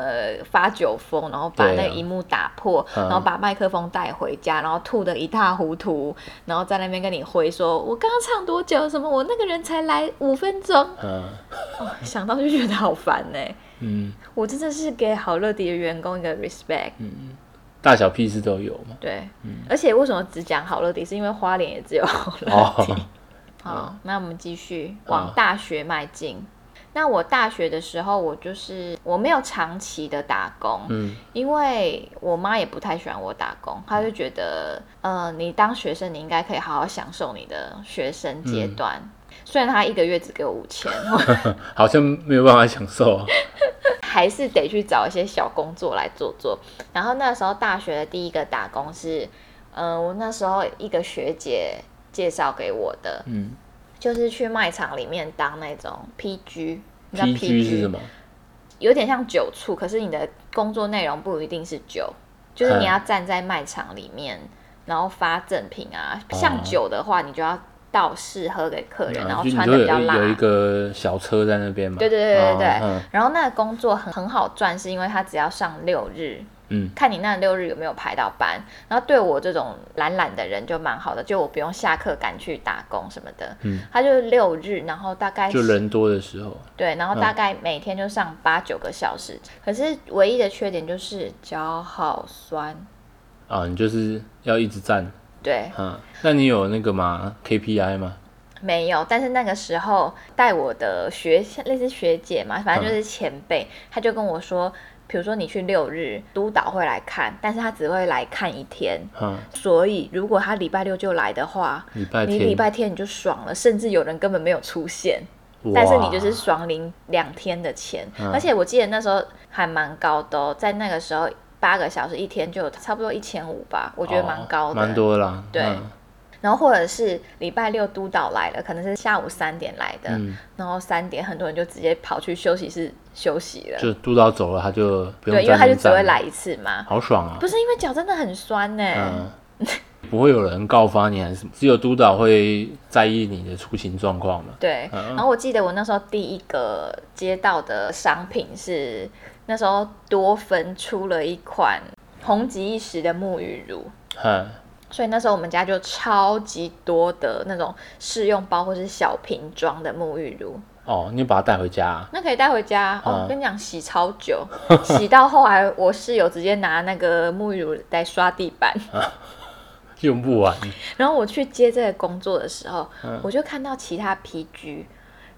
Speaker 1: 发酒疯，然后把
Speaker 2: 对啊
Speaker 1: 那个荧幕打破，
Speaker 2: 嗯
Speaker 1: 然后把麦克风带回家，然后吐得一塌糊涂，然后在那边跟你挥说：“我刚刚唱多久？什么？我那个人才来五分钟。 *laughs*
Speaker 2: 嗯
Speaker 1: 哦”想到就觉得好烦呢、
Speaker 2: 嗯，
Speaker 1: 我真的是给好乐迪的员工一个 respect。
Speaker 2: 大小屁事都有嘛。
Speaker 1: 对，而且为什么只讲好乐迪？是因为花莲也只有好乐迪。 *laughs*
Speaker 2: 哦，
Speaker 1: 好，那我们继续
Speaker 2: 好
Speaker 1: 往大学迈进。那我大学的时候，我就是我没有长期的打工，
Speaker 2: 嗯
Speaker 1: 因为我妈也不太喜欢我打工，她就觉得，呃，你当学生，你应该可以好好享受你的学生阶段。虽然她一个月只给我五千， *laughs* 我
Speaker 2: 好像没有办法享受啊。
Speaker 1: 还是得去找一些小工作来做做。然后那时候大学的第一个打工是，嗯、我那时候一个学姐介绍给我的，
Speaker 2: 嗯
Speaker 1: 就是去卖场里面当那种 PG，你知道
Speaker 2: ，PG 是什么？
Speaker 1: 有点像酒醋，可是你的工作内容不一定是酒，就是你要站在卖场里面，然后发赠品啊。
Speaker 2: 哦
Speaker 1: 像酒的话，你就要倒试喝给客人，然后
Speaker 2: 啊就你
Speaker 1: 穿
Speaker 2: 就
Speaker 1: 的
Speaker 2: 有
Speaker 1: 比较辣。
Speaker 2: 有一个小车在那边嘛。
Speaker 1: 对对对对对
Speaker 2: 哦
Speaker 1: 对。然后那个工作很很好赚，是因为他只要上六日，
Speaker 2: 嗯
Speaker 1: 看你那六日有没有排到班。然后对我这种懒懒的人就蛮好的，就我不用下课赶去打工什么的。
Speaker 2: 嗯，
Speaker 1: 他就是六日，然后大概
Speaker 2: 嗯，就人多的时候，
Speaker 1: 对，然后大概每天就上八九个小时，可是唯一的缺点就是脚好酸。
Speaker 2: 啊，你就是要一直站。
Speaker 1: 对，
Speaker 2: 嗯，那你有那个吗？KPI 吗？
Speaker 1: 没有。但是那个时候带我的学类似学姐嘛，反
Speaker 2: 嗯
Speaker 1: 正就是前辈，她就跟我说，比如说你去六日，督导会来看，但是他只会来看一天。
Speaker 2: 嗯，
Speaker 1: 所以如果他礼拜六就来的话，
Speaker 2: 礼拜
Speaker 1: 你
Speaker 2: 天，
Speaker 1: 礼拜天你就爽了，甚至有人根本没有出现。
Speaker 2: 哇，
Speaker 1: 但是你就是爽领两天的钱，
Speaker 2: 嗯
Speaker 1: 而且我记得那时候还蛮高的、哦，在那个时候八个小时一天就有差不多一千五吧，我
Speaker 2: 我
Speaker 1: 觉得蛮高的，
Speaker 2: 哦蛮、多啦。
Speaker 1: 对
Speaker 2: 嗯
Speaker 1: 然后或者是礼拜六督导来了，可能是下午三点来的，
Speaker 2: 嗯
Speaker 1: 然后三点很多人就直接跑去休息室休息了，
Speaker 2: 就督导走了，他就不用
Speaker 1: 对，因为
Speaker 2: 在那
Speaker 1: 他就
Speaker 2: 边
Speaker 1: 只会
Speaker 2: 站了
Speaker 1: 来一次嘛，
Speaker 2: 好爽啊！
Speaker 1: 欸不是因为脚真的很酸呢、
Speaker 2: 嗯，不会有人告发你还是什么，只有督导会在意你的出行状况嘛。
Speaker 1: 对，然后我记得我那时候第一个接到的商品是那时候多芬出了一款红极一时的沐浴乳，
Speaker 2: 嗯，
Speaker 1: 所以那时候我们家就超级多的那种试用包或是小瓶装的沐浴乳，
Speaker 2: 哦，你把它带回家、啊，
Speaker 1: 那可以带回家。哦，
Speaker 2: 嗯
Speaker 1: 跟你讲，洗超久，洗到后来我室友直接拿那个沐浴乳来刷地板。
Speaker 2: 用不完。
Speaker 1: 然后我去接这个工作的时候，
Speaker 2: 嗯
Speaker 1: 我就看到其他 PG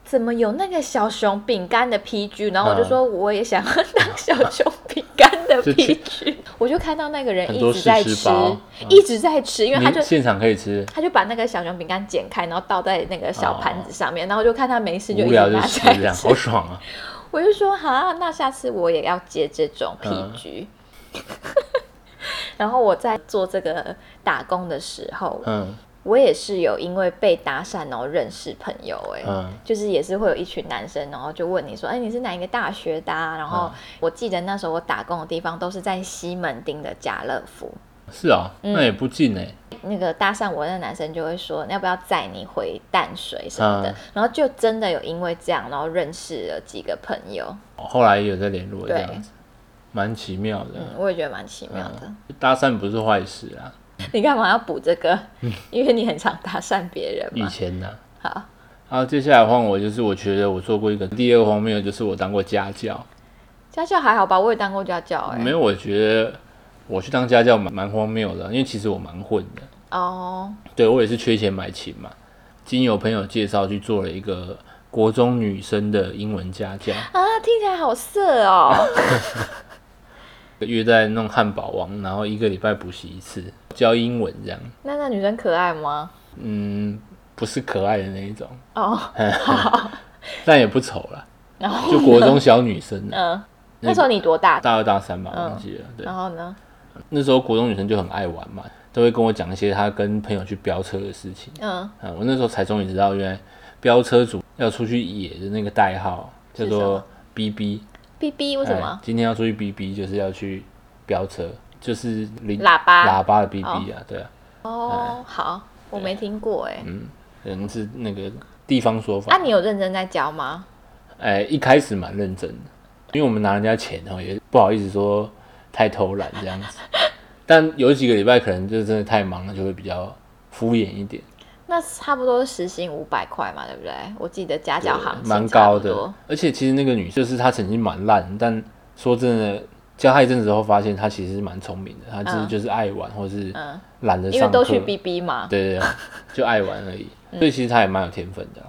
Speaker 1: 怎么有那个小熊饼干的 PG，然后我就
Speaker 2: 嗯
Speaker 1: 说我也想要当小熊饼干
Speaker 2: *laughs*
Speaker 1: 的
Speaker 2: 就去
Speaker 1: PG，我就看到那个人
Speaker 2: 很
Speaker 1: 一
Speaker 2: 多
Speaker 1: 直
Speaker 2: 试
Speaker 1: 在
Speaker 2: 吃
Speaker 1: 吃
Speaker 2: 包，嗯
Speaker 1: 一直在吃，因为他就
Speaker 2: 你现场可以吃，
Speaker 1: 他就把那个小熊饼干剪开，然后倒在那个小盘子上面，然后就看他没事就一
Speaker 2: 哦无
Speaker 1: 直
Speaker 2: 聊就
Speaker 1: 拿
Speaker 2: 吃
Speaker 1: 起来
Speaker 2: 这样，好爽啊！
Speaker 1: 我就说哈，那下次我也要接这种
Speaker 2: 嗯
Speaker 1: PG。然后我在做这个打工的时候，
Speaker 2: 嗯
Speaker 1: 我也是有因为被搭讪然后认识朋友、哎、
Speaker 2: 嗯
Speaker 1: 就是也是会有一群男生，然后就问你说，哎、你是哪一个大学的、啊？然后
Speaker 2: 嗯
Speaker 1: 我记得那时候我打工的地方都是在西门町的家乐福，
Speaker 2: 是啊、
Speaker 1: 嗯
Speaker 2: 那也不近哎、
Speaker 1: 那个搭讪我的男生就会说，要不要载你回淡水什么的，
Speaker 2: 嗯
Speaker 1: 然后就真的有因为这样，然后认识了几个朋友，
Speaker 2: 哦后来也有在联络这
Speaker 1: 对
Speaker 2: 样子，蛮奇妙的。
Speaker 1: 嗯，我也觉得蛮奇妙的。
Speaker 2: 搭讪不是坏事啊，
Speaker 1: *laughs* 你干嘛要补这个？
Speaker 2: 嗯
Speaker 1: 因为你很常搭讪别人
Speaker 2: 以
Speaker 1: 嘛。
Speaker 2: 前呢、啊。
Speaker 1: 好，
Speaker 2: 好，接下来换我，就是我觉得我做过一个第二方面，就是我当过家教。
Speaker 1: 家教还好吧？我也当过家教哎、
Speaker 2: 没有，我觉得我去当家教蛮蛮荒谬的，因为其实我蛮混的。
Speaker 1: 哦，
Speaker 2: 对我也是缺钱买琴嘛，经由朋友介绍去做了一个国中女生的英文家教， *laughs*
Speaker 1: 啊，听起来好色哦。
Speaker 2: 约在弄汉堡王，然后一个礼拜补习一次，教英文这样。
Speaker 1: 那那女生可爱吗？
Speaker 2: 嗯，不是可爱的那一种， *laughs*
Speaker 1: 哦，
Speaker 2: 但也不丑啦，
Speaker 1: 然后
Speaker 2: 就国中小女生啊，
Speaker 1: 嗯，那时候你多大？
Speaker 2: *laughs* 大二大三吧，
Speaker 1: 嗯
Speaker 2: 忘记了。对
Speaker 1: 然，后呢？
Speaker 2: 那时候国中女生就很爱玩嘛，都会跟我讲一些她跟朋友去飙车的事情。
Speaker 1: 嗯，
Speaker 2: 啊，我那时候才终于知道，原来飙车族要出去野的那个代号叫
Speaker 1: 是什
Speaker 2: 做
Speaker 1: 么
Speaker 2: BB。
Speaker 1: b B 为什
Speaker 2: 哎
Speaker 1: 么？
Speaker 2: 今天要出去 BB，就是要去飙车，就是铃
Speaker 1: 喇叭
Speaker 2: 喇叭的 BB 啊，对啊，
Speaker 1: 哦，好，我没听过哎。
Speaker 2: 嗯可能是那个地方说
Speaker 1: 那
Speaker 2: 法。
Speaker 1: 你有认真在教吗？
Speaker 2: 哎、一开始蛮认真的，因为我们拿人家钱哦，也不好意思说太偷懒这样子。但有几个礼拜可能就真的太忙了，就会比较敷衍一点，
Speaker 1: 那差不多是时薪五百块嘛，对不对？我记得家教行情
Speaker 2: 蛮
Speaker 1: 差
Speaker 2: 高
Speaker 1: 不
Speaker 2: 的
Speaker 1: 多。。
Speaker 2: 而且其实那个女就是她成绩蛮烂，但说真的，教她一阵子后，发现她其实蛮聪明的，她只是
Speaker 1: 嗯
Speaker 2: 就是爱玩或是
Speaker 1: 嗯
Speaker 2: 懒得上课。
Speaker 1: 因为都去 B B 嘛，嗯
Speaker 2: 对
Speaker 1: *laughs*
Speaker 2: 对对，就爱玩而已。所以其实他也蛮有天分的啦。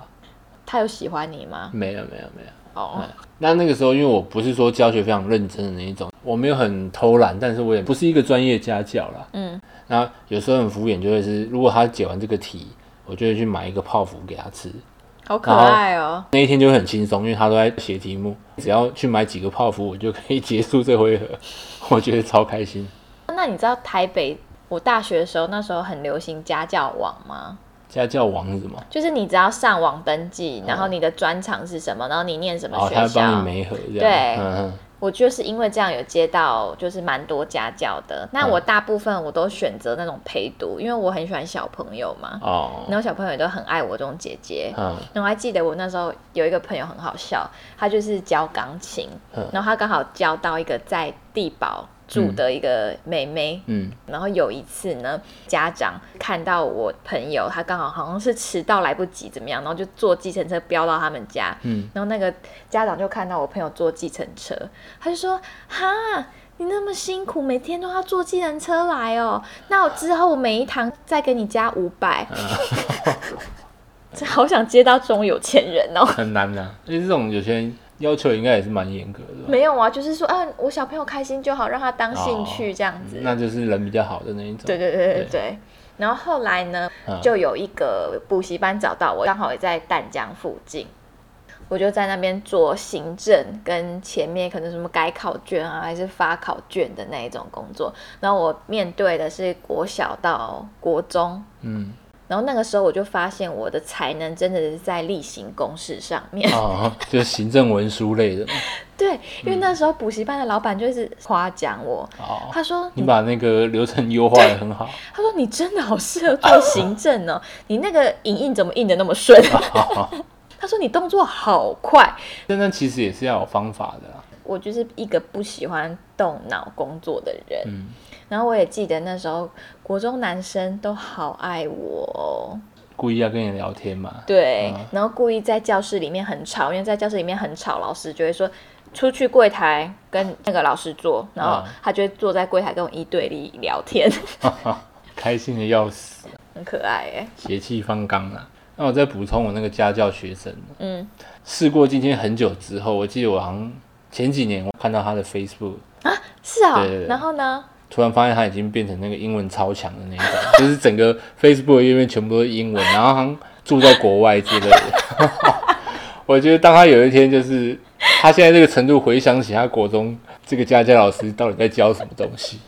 Speaker 1: 他有喜欢你吗？
Speaker 2: 没有没有没有。
Speaker 1: 哦，
Speaker 2: 那那个时候，因为我不是说教学非常认真的那一种，我没有很偷懒，但是我也不是一个专业家教啦。
Speaker 1: 嗯，
Speaker 2: 那有时候很敷衍，就会是如果他解完这个题，我就会去买一个泡芙给他吃。
Speaker 1: 好可爱哦。
Speaker 2: 那一天就会很轻松，因为他都在写题目，只要去买几个泡芙，我就可以结束这回合。 *laughs* 我觉得超开心。
Speaker 1: 那你知道台北我大学的时候，那时候很流行家教网吗？
Speaker 2: 家教王子嘛，
Speaker 1: 就是你只要上网登记，然后你的专长是什么，然后你念什
Speaker 2: 然后
Speaker 1: 么
Speaker 2: 嗯哦他
Speaker 1: 学
Speaker 2: 会帮
Speaker 1: 校
Speaker 2: 你，媒合这样。
Speaker 1: 对
Speaker 2: 嗯嗯
Speaker 1: 我就是因为这样有接到就是蛮多家教的。那
Speaker 2: 嗯
Speaker 1: 我大部分我都选择那种陪读，因为我很喜欢小朋友嘛，
Speaker 2: 哦，
Speaker 1: 然后小朋友也都很爱我这种姐姐。
Speaker 2: 嗯
Speaker 1: 然后我还记得我那时候有一个朋友很好笑，他就是教钢琴，
Speaker 2: 嗯
Speaker 1: 然后他刚好教到一个在地堡住的一个妹妹，
Speaker 2: 嗯，
Speaker 1: 然后有一次呢，家长看到我朋友，他刚好好像是迟到来不及怎么样，然后就坐计程车飙到他们家。
Speaker 2: 嗯，
Speaker 1: 然后那个家长就看到我朋友坐计程车，他就说：“哈，你那么辛苦，每天都要坐计程车来哦，那我之后我每一堂再给你加五百。这好想接到这种有钱人哦！
Speaker 2: 很难呐、因为这种有些人要求应该也是蛮严格的吧，
Speaker 1: 没有啊，就是说，啊，我小朋友开心就好，让他当兴趣这样子。
Speaker 2: 那就是人比较好的那一种。
Speaker 1: 对对对对
Speaker 2: 对
Speaker 1: 对。然后后来呢，
Speaker 2: 嗯
Speaker 1: 就有一个补习班找到我，刚好也在淡江附近，我就在那边做行政跟前面可能什么改考卷啊，还是发考卷的那一种工作。然后我面对的是国小到国中，
Speaker 2: 嗯，
Speaker 1: 然后那个时候我就发现我的才能真的是在例行公事上面。
Speaker 2: 哦，就是行政文书类的。
Speaker 1: 对，因为那时候补习班的老板就一直夸奖我，
Speaker 2: 哦，
Speaker 1: 他说
Speaker 2: 你把那个流程优化的很好。
Speaker 1: 他说你真的好适合
Speaker 2: 哎
Speaker 1: 做行政哦，你那个影印怎么印的那么顺？ *laughs* 他说你动作好快，
Speaker 2: 但那其实也是要有方法的啦。
Speaker 1: 我就是一个不喜欢动脑工作的人。
Speaker 2: 嗯
Speaker 1: 然后我也记得那时候国中男生都好爱我哦，
Speaker 2: 故意要跟你聊天嘛。
Speaker 1: 对，
Speaker 2: 嗯
Speaker 1: 然后故意在教室里面很吵，因为在教室里面很吵，老师就会说出去柜台跟那个老师坐，然后
Speaker 2: 嗯
Speaker 1: 他就会坐在柜台跟我一对一聊天，
Speaker 2: 开心的要死，
Speaker 1: 很可爱哎。
Speaker 2: 血气方刚啊。那我再补充我那个家教学生，啊
Speaker 1: 嗯，
Speaker 2: 试过今天很久之后，我记得我好像前几年我看到他的 Facebook，
Speaker 1: 是啊、
Speaker 2: 对对对
Speaker 1: 然后呢？
Speaker 2: 突然发现他已经变成那个英文超强的那一种， *laughs* 就是整个 Facebook 的页面全部都是英文，然后好像住在国外之类的。 *laughs* 我觉得当他有一天就是他现在这个程度，回想起他国中这个家教老师到底在教什么东西，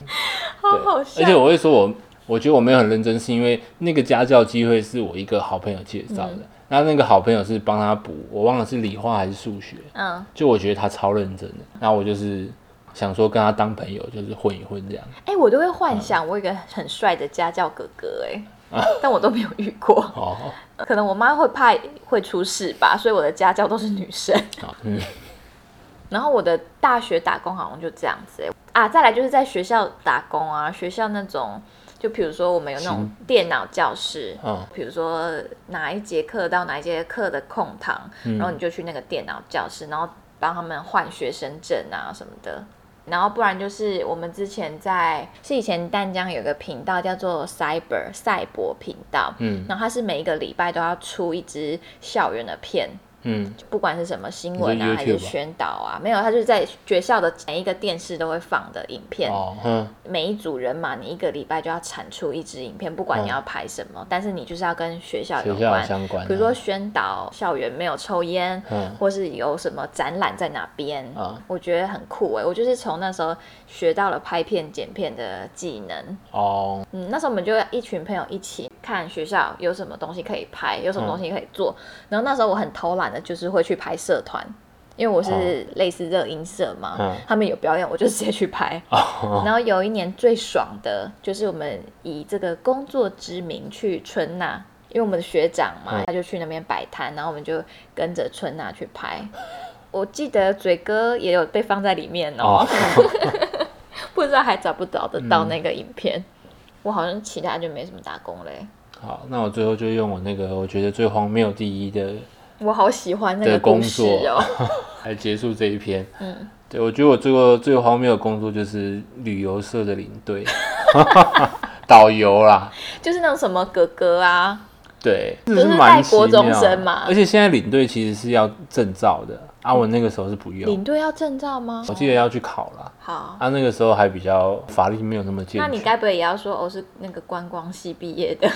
Speaker 1: 好好笑哦
Speaker 2: 而且我会说我，我觉得我没有很认真，是因为那个家教机会是我一个好朋友介绍的，那那个好朋友是帮他补，我忘了是理化还是数学，
Speaker 1: 嗯，
Speaker 2: 就我觉得他超认真的，那我就是想说跟他当朋友，就是混一混这样。
Speaker 1: 哎、我都会幻想我有一个很帅的家教哥哥哎、但我都没有遇过，
Speaker 2: 哦，
Speaker 1: 可能我妈会怕会出事吧，所以我的家教都是女生。 *laughs*
Speaker 2: 好嗯，
Speaker 1: 然后我的大学打工好像就这样子、欸、啊，再来就是在学校打工啊，学校那种，就比如说我们有那种电脑教室，
Speaker 2: 哦，
Speaker 1: 比如说哪一节课到哪一节课的空堂，
Speaker 2: 嗯
Speaker 1: 然后你就去那个电脑教室，然后帮他们换学生证啊什么的。然后不然就是我们之前在是以前淡江有个频道叫做 Cyber 赛博频道，
Speaker 2: 嗯
Speaker 1: 然后它是每一个礼拜都要出一支校园的片，
Speaker 2: 嗯，
Speaker 1: 不管是什么新闻啊
Speaker 2: 你说 YouTube
Speaker 1: 还是
Speaker 2: 吧
Speaker 1: 宣导啊，没有，它就是在学校的每一个电视都会放的影片，
Speaker 2: 哦，嗯，
Speaker 1: 每一组人嘛，你一个礼拜就要产出一支影片，不管你
Speaker 2: 嗯
Speaker 1: 要拍什么，但是你就是要跟学校有
Speaker 2: 学校
Speaker 1: 关
Speaker 2: 有，相关的，
Speaker 1: 比如说宣导校园没有抽烟，
Speaker 2: 嗯
Speaker 1: 或是有什么展览在哪边，
Speaker 2: 啊
Speaker 1: 我觉得很酷哎、我就是从那时候学到了拍片剪片的技能。
Speaker 2: 哦，
Speaker 1: 嗯，那时候我们就一群朋友一起看学校有什么东西可以拍，有
Speaker 2: 嗯
Speaker 1: 什么东西可以做。然后那时候我很偷懒的，就是会去拍社团，因为我是类似热音社嘛，
Speaker 2: 哦嗯
Speaker 1: 他们有表演我就直接去拍。
Speaker 2: 哦，
Speaker 1: 然后有一年最爽的就是我们以这个工作之名去春娜，因为我们的学长嘛，
Speaker 2: 嗯
Speaker 1: 他就去那边摆摊，然后我们就跟着春娜去拍。我记得嘴哥也有被放在里面哦，
Speaker 2: 哦，
Speaker 1: *laughs* 不知道还找不找得到那个影片。
Speaker 2: 嗯
Speaker 1: 我好像其他就没什么打工嘞、
Speaker 2: 好，那我最后就用我那个我觉得最荒谬第一的
Speaker 1: 我好喜欢那个
Speaker 2: 的
Speaker 1: 故
Speaker 2: 工
Speaker 1: 事
Speaker 2: 作
Speaker 1: 哦。
Speaker 2: 来结束这一篇。
Speaker 1: 嗯，
Speaker 2: 对，我觉得我做过最荒谬的工作就是旅游社的领
Speaker 1: *laughs*
Speaker 2: 队，导游啦。
Speaker 1: *laughs* 就是那种什么哥哥啊，
Speaker 2: 对，这
Speaker 1: 是带
Speaker 2: 蛮奇
Speaker 1: 国中
Speaker 2: 妙
Speaker 1: 生嘛
Speaker 2: 而且现在领队其实是要证照的，啊，我那个时候是不用
Speaker 1: 领，队要证照吗？
Speaker 2: 我记得要去考啦。
Speaker 1: 好，
Speaker 2: 啊，那个时候还比较法力没有那么健
Speaker 1: 那你
Speaker 2: 全，
Speaker 1: 该不会也要说我、哦是那个观光系毕业的？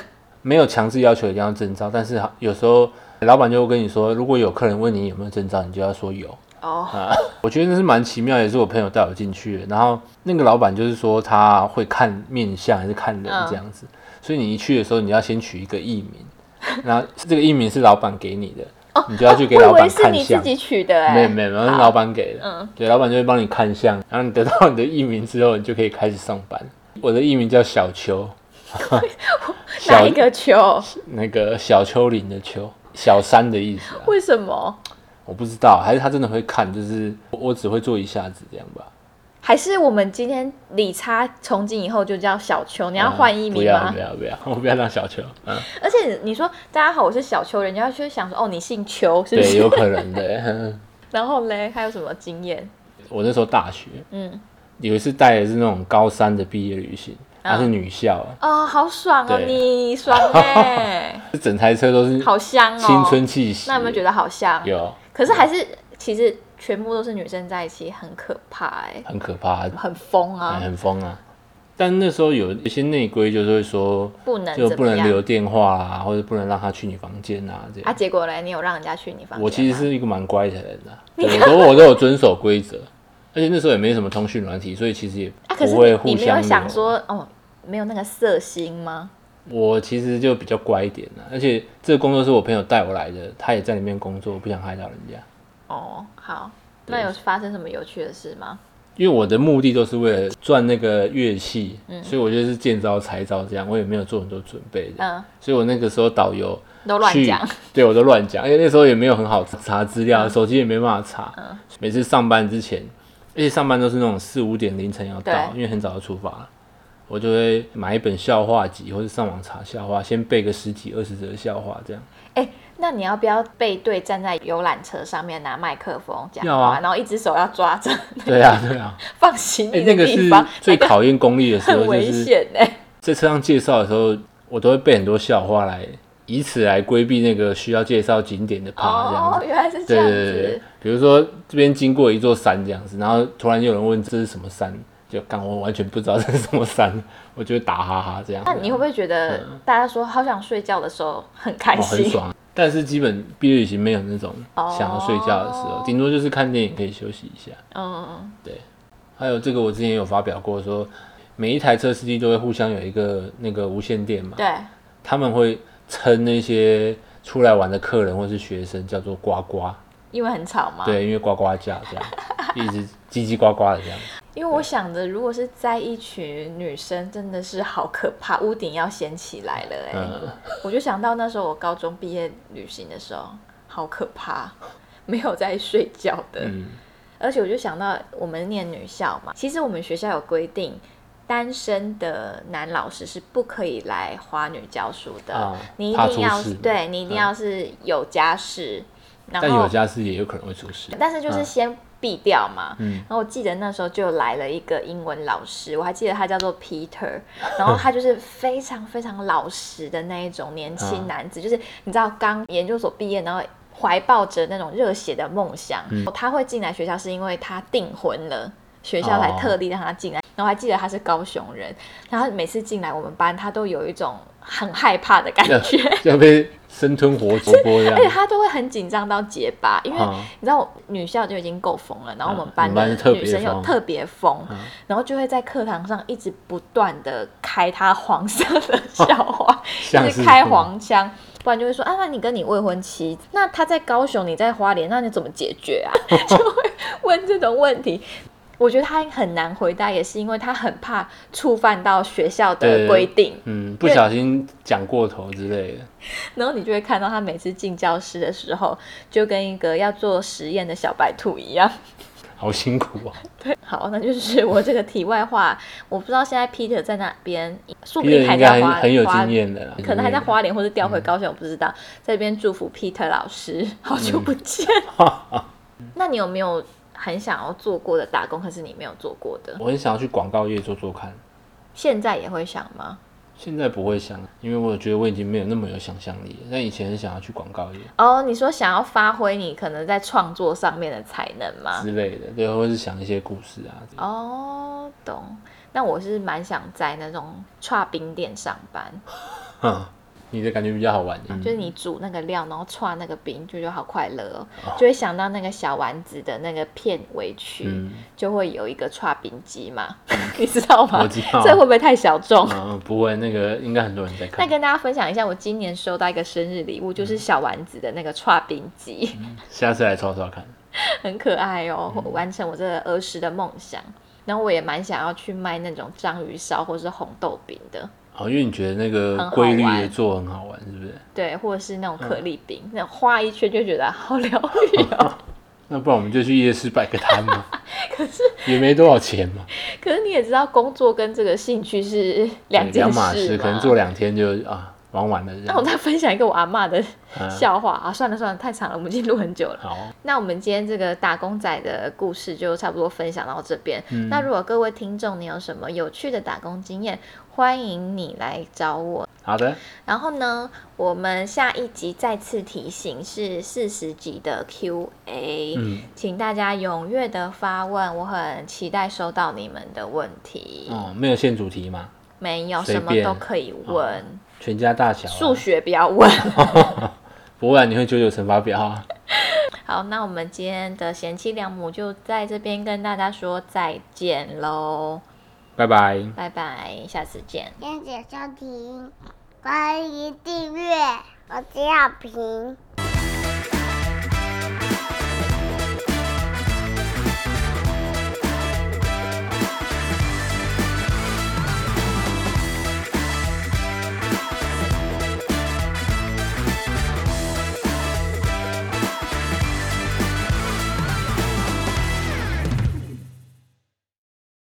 Speaker 2: 没有强制要求一定要证照，但是有时候老板就会跟你说，如果有客人问你有没有证照，你就要说有。
Speaker 1: 哦，
Speaker 2: 啊， *laughs* 我觉得那是蛮奇妙，也是我朋友带我进去的。然后那个老板就是说他会看面相还是看人
Speaker 1: 嗯
Speaker 2: 这样子，所以你一去的时候你要先取一个艺名，
Speaker 1: *laughs*
Speaker 2: 然后这个艺名是老板给你的，你就要去给老
Speaker 1: 哦我以为
Speaker 2: 板
Speaker 1: 是
Speaker 2: 看
Speaker 1: 你自
Speaker 2: 相。
Speaker 1: 己取的哎、
Speaker 2: 没有没有，没有，是
Speaker 1: 好
Speaker 2: 老板给的。
Speaker 1: 嗯
Speaker 2: 对，老板就会帮你看相，然后你得到你的艺名之后，你就可以开始上班。我的艺名叫小
Speaker 1: *laughs*
Speaker 2: 秋，
Speaker 1: 哪
Speaker 2: 小
Speaker 1: 一个球？
Speaker 2: 那个小丘陵的丘，小山的意思啊。
Speaker 1: 为什么？
Speaker 2: 我不知道，还是他真的会看，就是我我只会做一下子这样吧。
Speaker 1: 还是我们今天理查从今以后就叫小秋，你要换艺
Speaker 2: 啊不
Speaker 1: 名
Speaker 2: 要
Speaker 1: 吗
Speaker 2: 不？要不要， *laughs* 我不要
Speaker 1: *laughs*
Speaker 2: 当小球。嗯，
Speaker 1: 而且你说大家好，我是小秋，人家就想说哦，你姓邱是不
Speaker 2: 对，
Speaker 1: 是？
Speaker 2: 有可能的。
Speaker 1: 然后嘞，还有什么经验？
Speaker 2: *laughs* 我那时候大学
Speaker 1: 嗯，
Speaker 2: 有一次带的是那种高三的毕业旅行，
Speaker 1: 啊
Speaker 2: 它是女校，啊
Speaker 1: 哦，好爽哦，
Speaker 2: 对
Speaker 1: 你爽
Speaker 2: *laughs*
Speaker 1: 哎、
Speaker 2: 这整台车都是
Speaker 1: 好香哦，
Speaker 2: 青春。气息。
Speaker 1: 那有没有觉得好香？。
Speaker 2: 有
Speaker 1: 可是还是其实全部都是女生在一起，很可怕哎、
Speaker 2: 很可怕，
Speaker 1: 很疯啊，
Speaker 2: 很疯啊？但那时候有一些内规，就是会说
Speaker 1: 不能
Speaker 2: 就
Speaker 1: 怎
Speaker 2: 不
Speaker 1: 么
Speaker 2: 能留
Speaker 1: 样
Speaker 2: 电话啊，或者不能让他去你房间啊这
Speaker 1: 啊？
Speaker 2: 样。
Speaker 1: 结果嘞，你有让人家去你房间吗？
Speaker 2: 我其实是一个蛮乖的人啊，对我都我都有遵守规则，而且那时候也没什么通讯软体，所以其实也
Speaker 1: 啊，可是
Speaker 2: 不会
Speaker 1: 你
Speaker 2: 互
Speaker 1: 你没有
Speaker 2: 相
Speaker 1: 想
Speaker 2: 留
Speaker 1: 说哦，没有那个色心吗？
Speaker 2: 我其实就比较乖一点啦，而且这个工作是我朋友带我来的，他也在里面工作，我不想害到人家。
Speaker 1: 哦，好，
Speaker 2: 对
Speaker 1: 那有发生什么有趣的事吗？
Speaker 2: 因为我的目的都是为了赚那个乐器，
Speaker 1: 嗯
Speaker 2: 所以我就是见招拆招这样，我也没有做很多准备的，
Speaker 1: 嗯，
Speaker 2: 所以我那个时候导游
Speaker 1: 都乱
Speaker 2: 去
Speaker 1: 讲，， *laughs*
Speaker 2: *laughs*
Speaker 1: 嗯
Speaker 2: 对我都乱讲，因为那时候也没有很好查资料，手机也没办法查，每次上班之前，而且上班都是那种四五点凌晨要到，
Speaker 1: 对
Speaker 2: 因为很早就出发了。我就会买一本笑话集，或者上网查笑话，先背个十几二十则笑话，这样
Speaker 1: 哎、那你要不要背对站在游览车上面拿麦克风讲
Speaker 2: 要
Speaker 1: 话，
Speaker 2: 啊
Speaker 1: 然后一只手要抓着
Speaker 2: *laughs* 对啊，对
Speaker 1: *laughs*
Speaker 2: 啊，
Speaker 1: 放行
Speaker 2: 哎、
Speaker 1: 李
Speaker 2: 那
Speaker 1: 的
Speaker 2: 个
Speaker 1: 地
Speaker 2: 是
Speaker 1: 方，
Speaker 2: 最
Speaker 1: 那个
Speaker 2: 考验功力的时候，
Speaker 1: *laughs* 很危
Speaker 2: 就是
Speaker 1: 险
Speaker 2: *laughs*
Speaker 1: 哎、
Speaker 2: 在车上介绍的时候，我都会背很多笑话来，以此来规避那个需要介绍景点的趴这样子
Speaker 1: 哦，。原来是这
Speaker 2: 对
Speaker 1: 样
Speaker 2: 对
Speaker 1: 子。
Speaker 2: 对对对，比如说这边经过一座山这样子，然后突然有人问这是什么山，就刚我完全不知道这是什么山，我就会打哈哈这样。
Speaker 1: 那你会不会觉得大家说好想睡觉的时候很开
Speaker 2: 嗯哦很
Speaker 1: 心？
Speaker 2: 爽？但是基本毕业旅行没有那种
Speaker 1: 哦
Speaker 2: 想要睡觉的时候，顶多就是看电影可以休息一下。
Speaker 1: 嗯嗯
Speaker 2: 还有这个我之前有发表过说，每一台车司机都会互相有一个那个无线电嘛
Speaker 1: 嗯，，对，
Speaker 2: 他们会称那些出来玩的客人或是学生叫做呱
Speaker 1: 啊
Speaker 2: 呱，
Speaker 1: 因为很吵嘛。
Speaker 2: 对，因为呱呱叫
Speaker 1: *laughs*
Speaker 2: 这样，一直叽叽呱呱的这样。
Speaker 1: 因为我想着，如果是在一群女生，真的是好可怕，屋顶要掀起来了哎、
Speaker 2: 嗯
Speaker 1: 我就想到那时候我高中毕业旅行的时候，好可怕， *laughs* 没有在睡觉的。
Speaker 2: 嗯。
Speaker 1: 而且我就想到我们念女校嘛，其实我们学校有规定，单身的男老师是不可以来花女教书的，
Speaker 2: 啊
Speaker 1: 你一
Speaker 2: 怕
Speaker 1: 定
Speaker 2: 出
Speaker 1: 要
Speaker 2: 事嘛
Speaker 1: 对你一定要是有家室，然
Speaker 2: 但
Speaker 1: 后
Speaker 2: 有家室也有可能会出事。
Speaker 1: 但是就是
Speaker 2: 嗯
Speaker 1: 先避掉嘛。
Speaker 2: 嗯
Speaker 1: 然后我记得那时候就来了一个英文老师，我还记得他叫做 Peter，然后他就是非常非常老实的那一种年轻男子，就是你知道刚研究所毕业，然后。怀抱着那种热血的梦想，他会进来学校是因为他订婚了，学校才
Speaker 2: 哦
Speaker 1: 特地让他进来。然后我还记得他是高雄人，然后每次进来我们班，他都有一种很害怕的感
Speaker 2: *laughs* 要
Speaker 1: 觉。 *laughs*
Speaker 2: 要被生吞活活剥这样
Speaker 1: 而且。他都会很紧张到结巴，因为
Speaker 2: 啊
Speaker 1: 你知道女校就已经够疯了，然后我们班
Speaker 2: 嗯你们班是
Speaker 1: 的
Speaker 2: 特别
Speaker 1: 女生有
Speaker 2: 疯嗯
Speaker 1: 特别疯，然后就会在课堂上一直不断的开他黄色的笑话，
Speaker 2: *laughs* 像
Speaker 1: 一
Speaker 2: 是
Speaker 1: 直开黄腔，不然就会说啊，那你跟你未婚妻，那他在高雄，你在花莲，那你怎么解决啊？ *laughs* 就会问这种问题。我觉得他很难回答，也是因为他很怕触犯到学校的
Speaker 2: 对
Speaker 1: 规定。
Speaker 2: 嗯，不小心讲过头之类的。
Speaker 1: 然后你就会看到他每次进教室的时候，就跟一个要做实验的小白兔一样。
Speaker 2: 好辛
Speaker 1: *laughs*
Speaker 2: 苦啊！
Speaker 1: 好，那就是我这个题外话，我不知道现在 Peter 在哪边，说不
Speaker 2: 一个
Speaker 1: 定
Speaker 2: 人
Speaker 1: 还
Speaker 2: 应该
Speaker 1: 在
Speaker 2: 很
Speaker 1: 花，
Speaker 2: 很有
Speaker 1: 花
Speaker 2: 经验嗯的啦，
Speaker 1: 可能还在
Speaker 2: 花。
Speaker 1: 花莲，或是调回高雄，我不知道。在这边祝福 Peter 老师， *laughs* 好久不见。
Speaker 2: 嗯 *laughs*
Speaker 1: 那你有没有很想要做过的打工，可是你没有做过的？
Speaker 2: 我很想要去广告业做做看，
Speaker 1: 现在也会想吗？
Speaker 2: 现在不会想，因为我觉得我已经没有那么有想象力了。但以前很想要去广告业
Speaker 1: 哦、你说想要发挥你可能在创作上面的才能吗？
Speaker 2: 之类的，对，或是想一些故事啊。
Speaker 1: 哦，懂。那我是蛮想在那种串冰店上班，
Speaker 2: 哼，
Speaker 1: 啊
Speaker 2: *laughs* 你的感觉比较好玩。嗯
Speaker 1: 就是你煮那个料，然后串那个冰，就觉得好快乐哦，就会想到那个小丸子的那个片尾曲，
Speaker 2: 嗯
Speaker 1: 就会有一个串冰机嘛， *laughs* 你知道吗？
Speaker 2: *laughs* 我知道
Speaker 1: 这会不会太小众？
Speaker 2: 嗯，不会，那个应该很多人在
Speaker 1: 那
Speaker 2: 看。
Speaker 1: 跟大家分享一下，我今年收到一个生日礼物，
Speaker 2: 嗯
Speaker 1: 就是小丸子的那个串冰机。
Speaker 2: 下次来抄抄看。
Speaker 1: *laughs* 很可爱哦，
Speaker 2: 嗯
Speaker 1: 完成我这个儿时的梦想。然后我也蛮想要去卖那种章鱼烧或是红豆饼的，
Speaker 2: 哦，因为你觉得那
Speaker 1: 很
Speaker 2: 个
Speaker 1: 好
Speaker 2: 规律
Speaker 1: 玩
Speaker 2: 的做很好玩，是不是？
Speaker 1: 对，或者是那种
Speaker 2: 嗯
Speaker 1: 可丽饼，那种画一圈就觉得好疗愈哦。
Speaker 2: 那不然我们就去夜市摆个
Speaker 1: *laughs*
Speaker 2: 摊嘛。可是也没多少钱嘛，
Speaker 1: 可是你也知道，工作跟这个兴趣是两件
Speaker 2: 两
Speaker 1: 事嘛。
Speaker 2: 码事，可能做两天就啊玩完了这
Speaker 1: 那我
Speaker 2: 样。
Speaker 1: 再分享一个我阿嬷的
Speaker 2: 嗯
Speaker 1: 笑话、啊！算了算了，太长了，我们已经录很久了。
Speaker 2: 好，
Speaker 1: 那我们今天这个打工仔的故事就差不多分享到这边。
Speaker 2: 嗯
Speaker 1: 那如果各位听众你有什么有趣的打工经验，欢迎你来找我。
Speaker 2: 好的，
Speaker 1: 然后呢，我们下一集再次提醒是四十集的 Q&A，、
Speaker 2: 嗯
Speaker 1: 请大家踊跃的发问，我很期待收到你们的问题，
Speaker 2: 哦，没有限主题嘛，
Speaker 1: 没有
Speaker 2: 随
Speaker 1: 什么
Speaker 2: 便哦
Speaker 1: 都可以问，
Speaker 2: 全家大小、
Speaker 1: 数
Speaker 2: 啊，
Speaker 1: 学不要问。 *laughs*
Speaker 2: 不然你会九九乘法表啊。
Speaker 1: 好，那我们今天的贤妻良母就在这边跟大家说再见喽，
Speaker 2: 拜拜。
Speaker 1: 拜拜，下次见。
Speaker 3: 谢谢收听，欢迎订阅我是小平。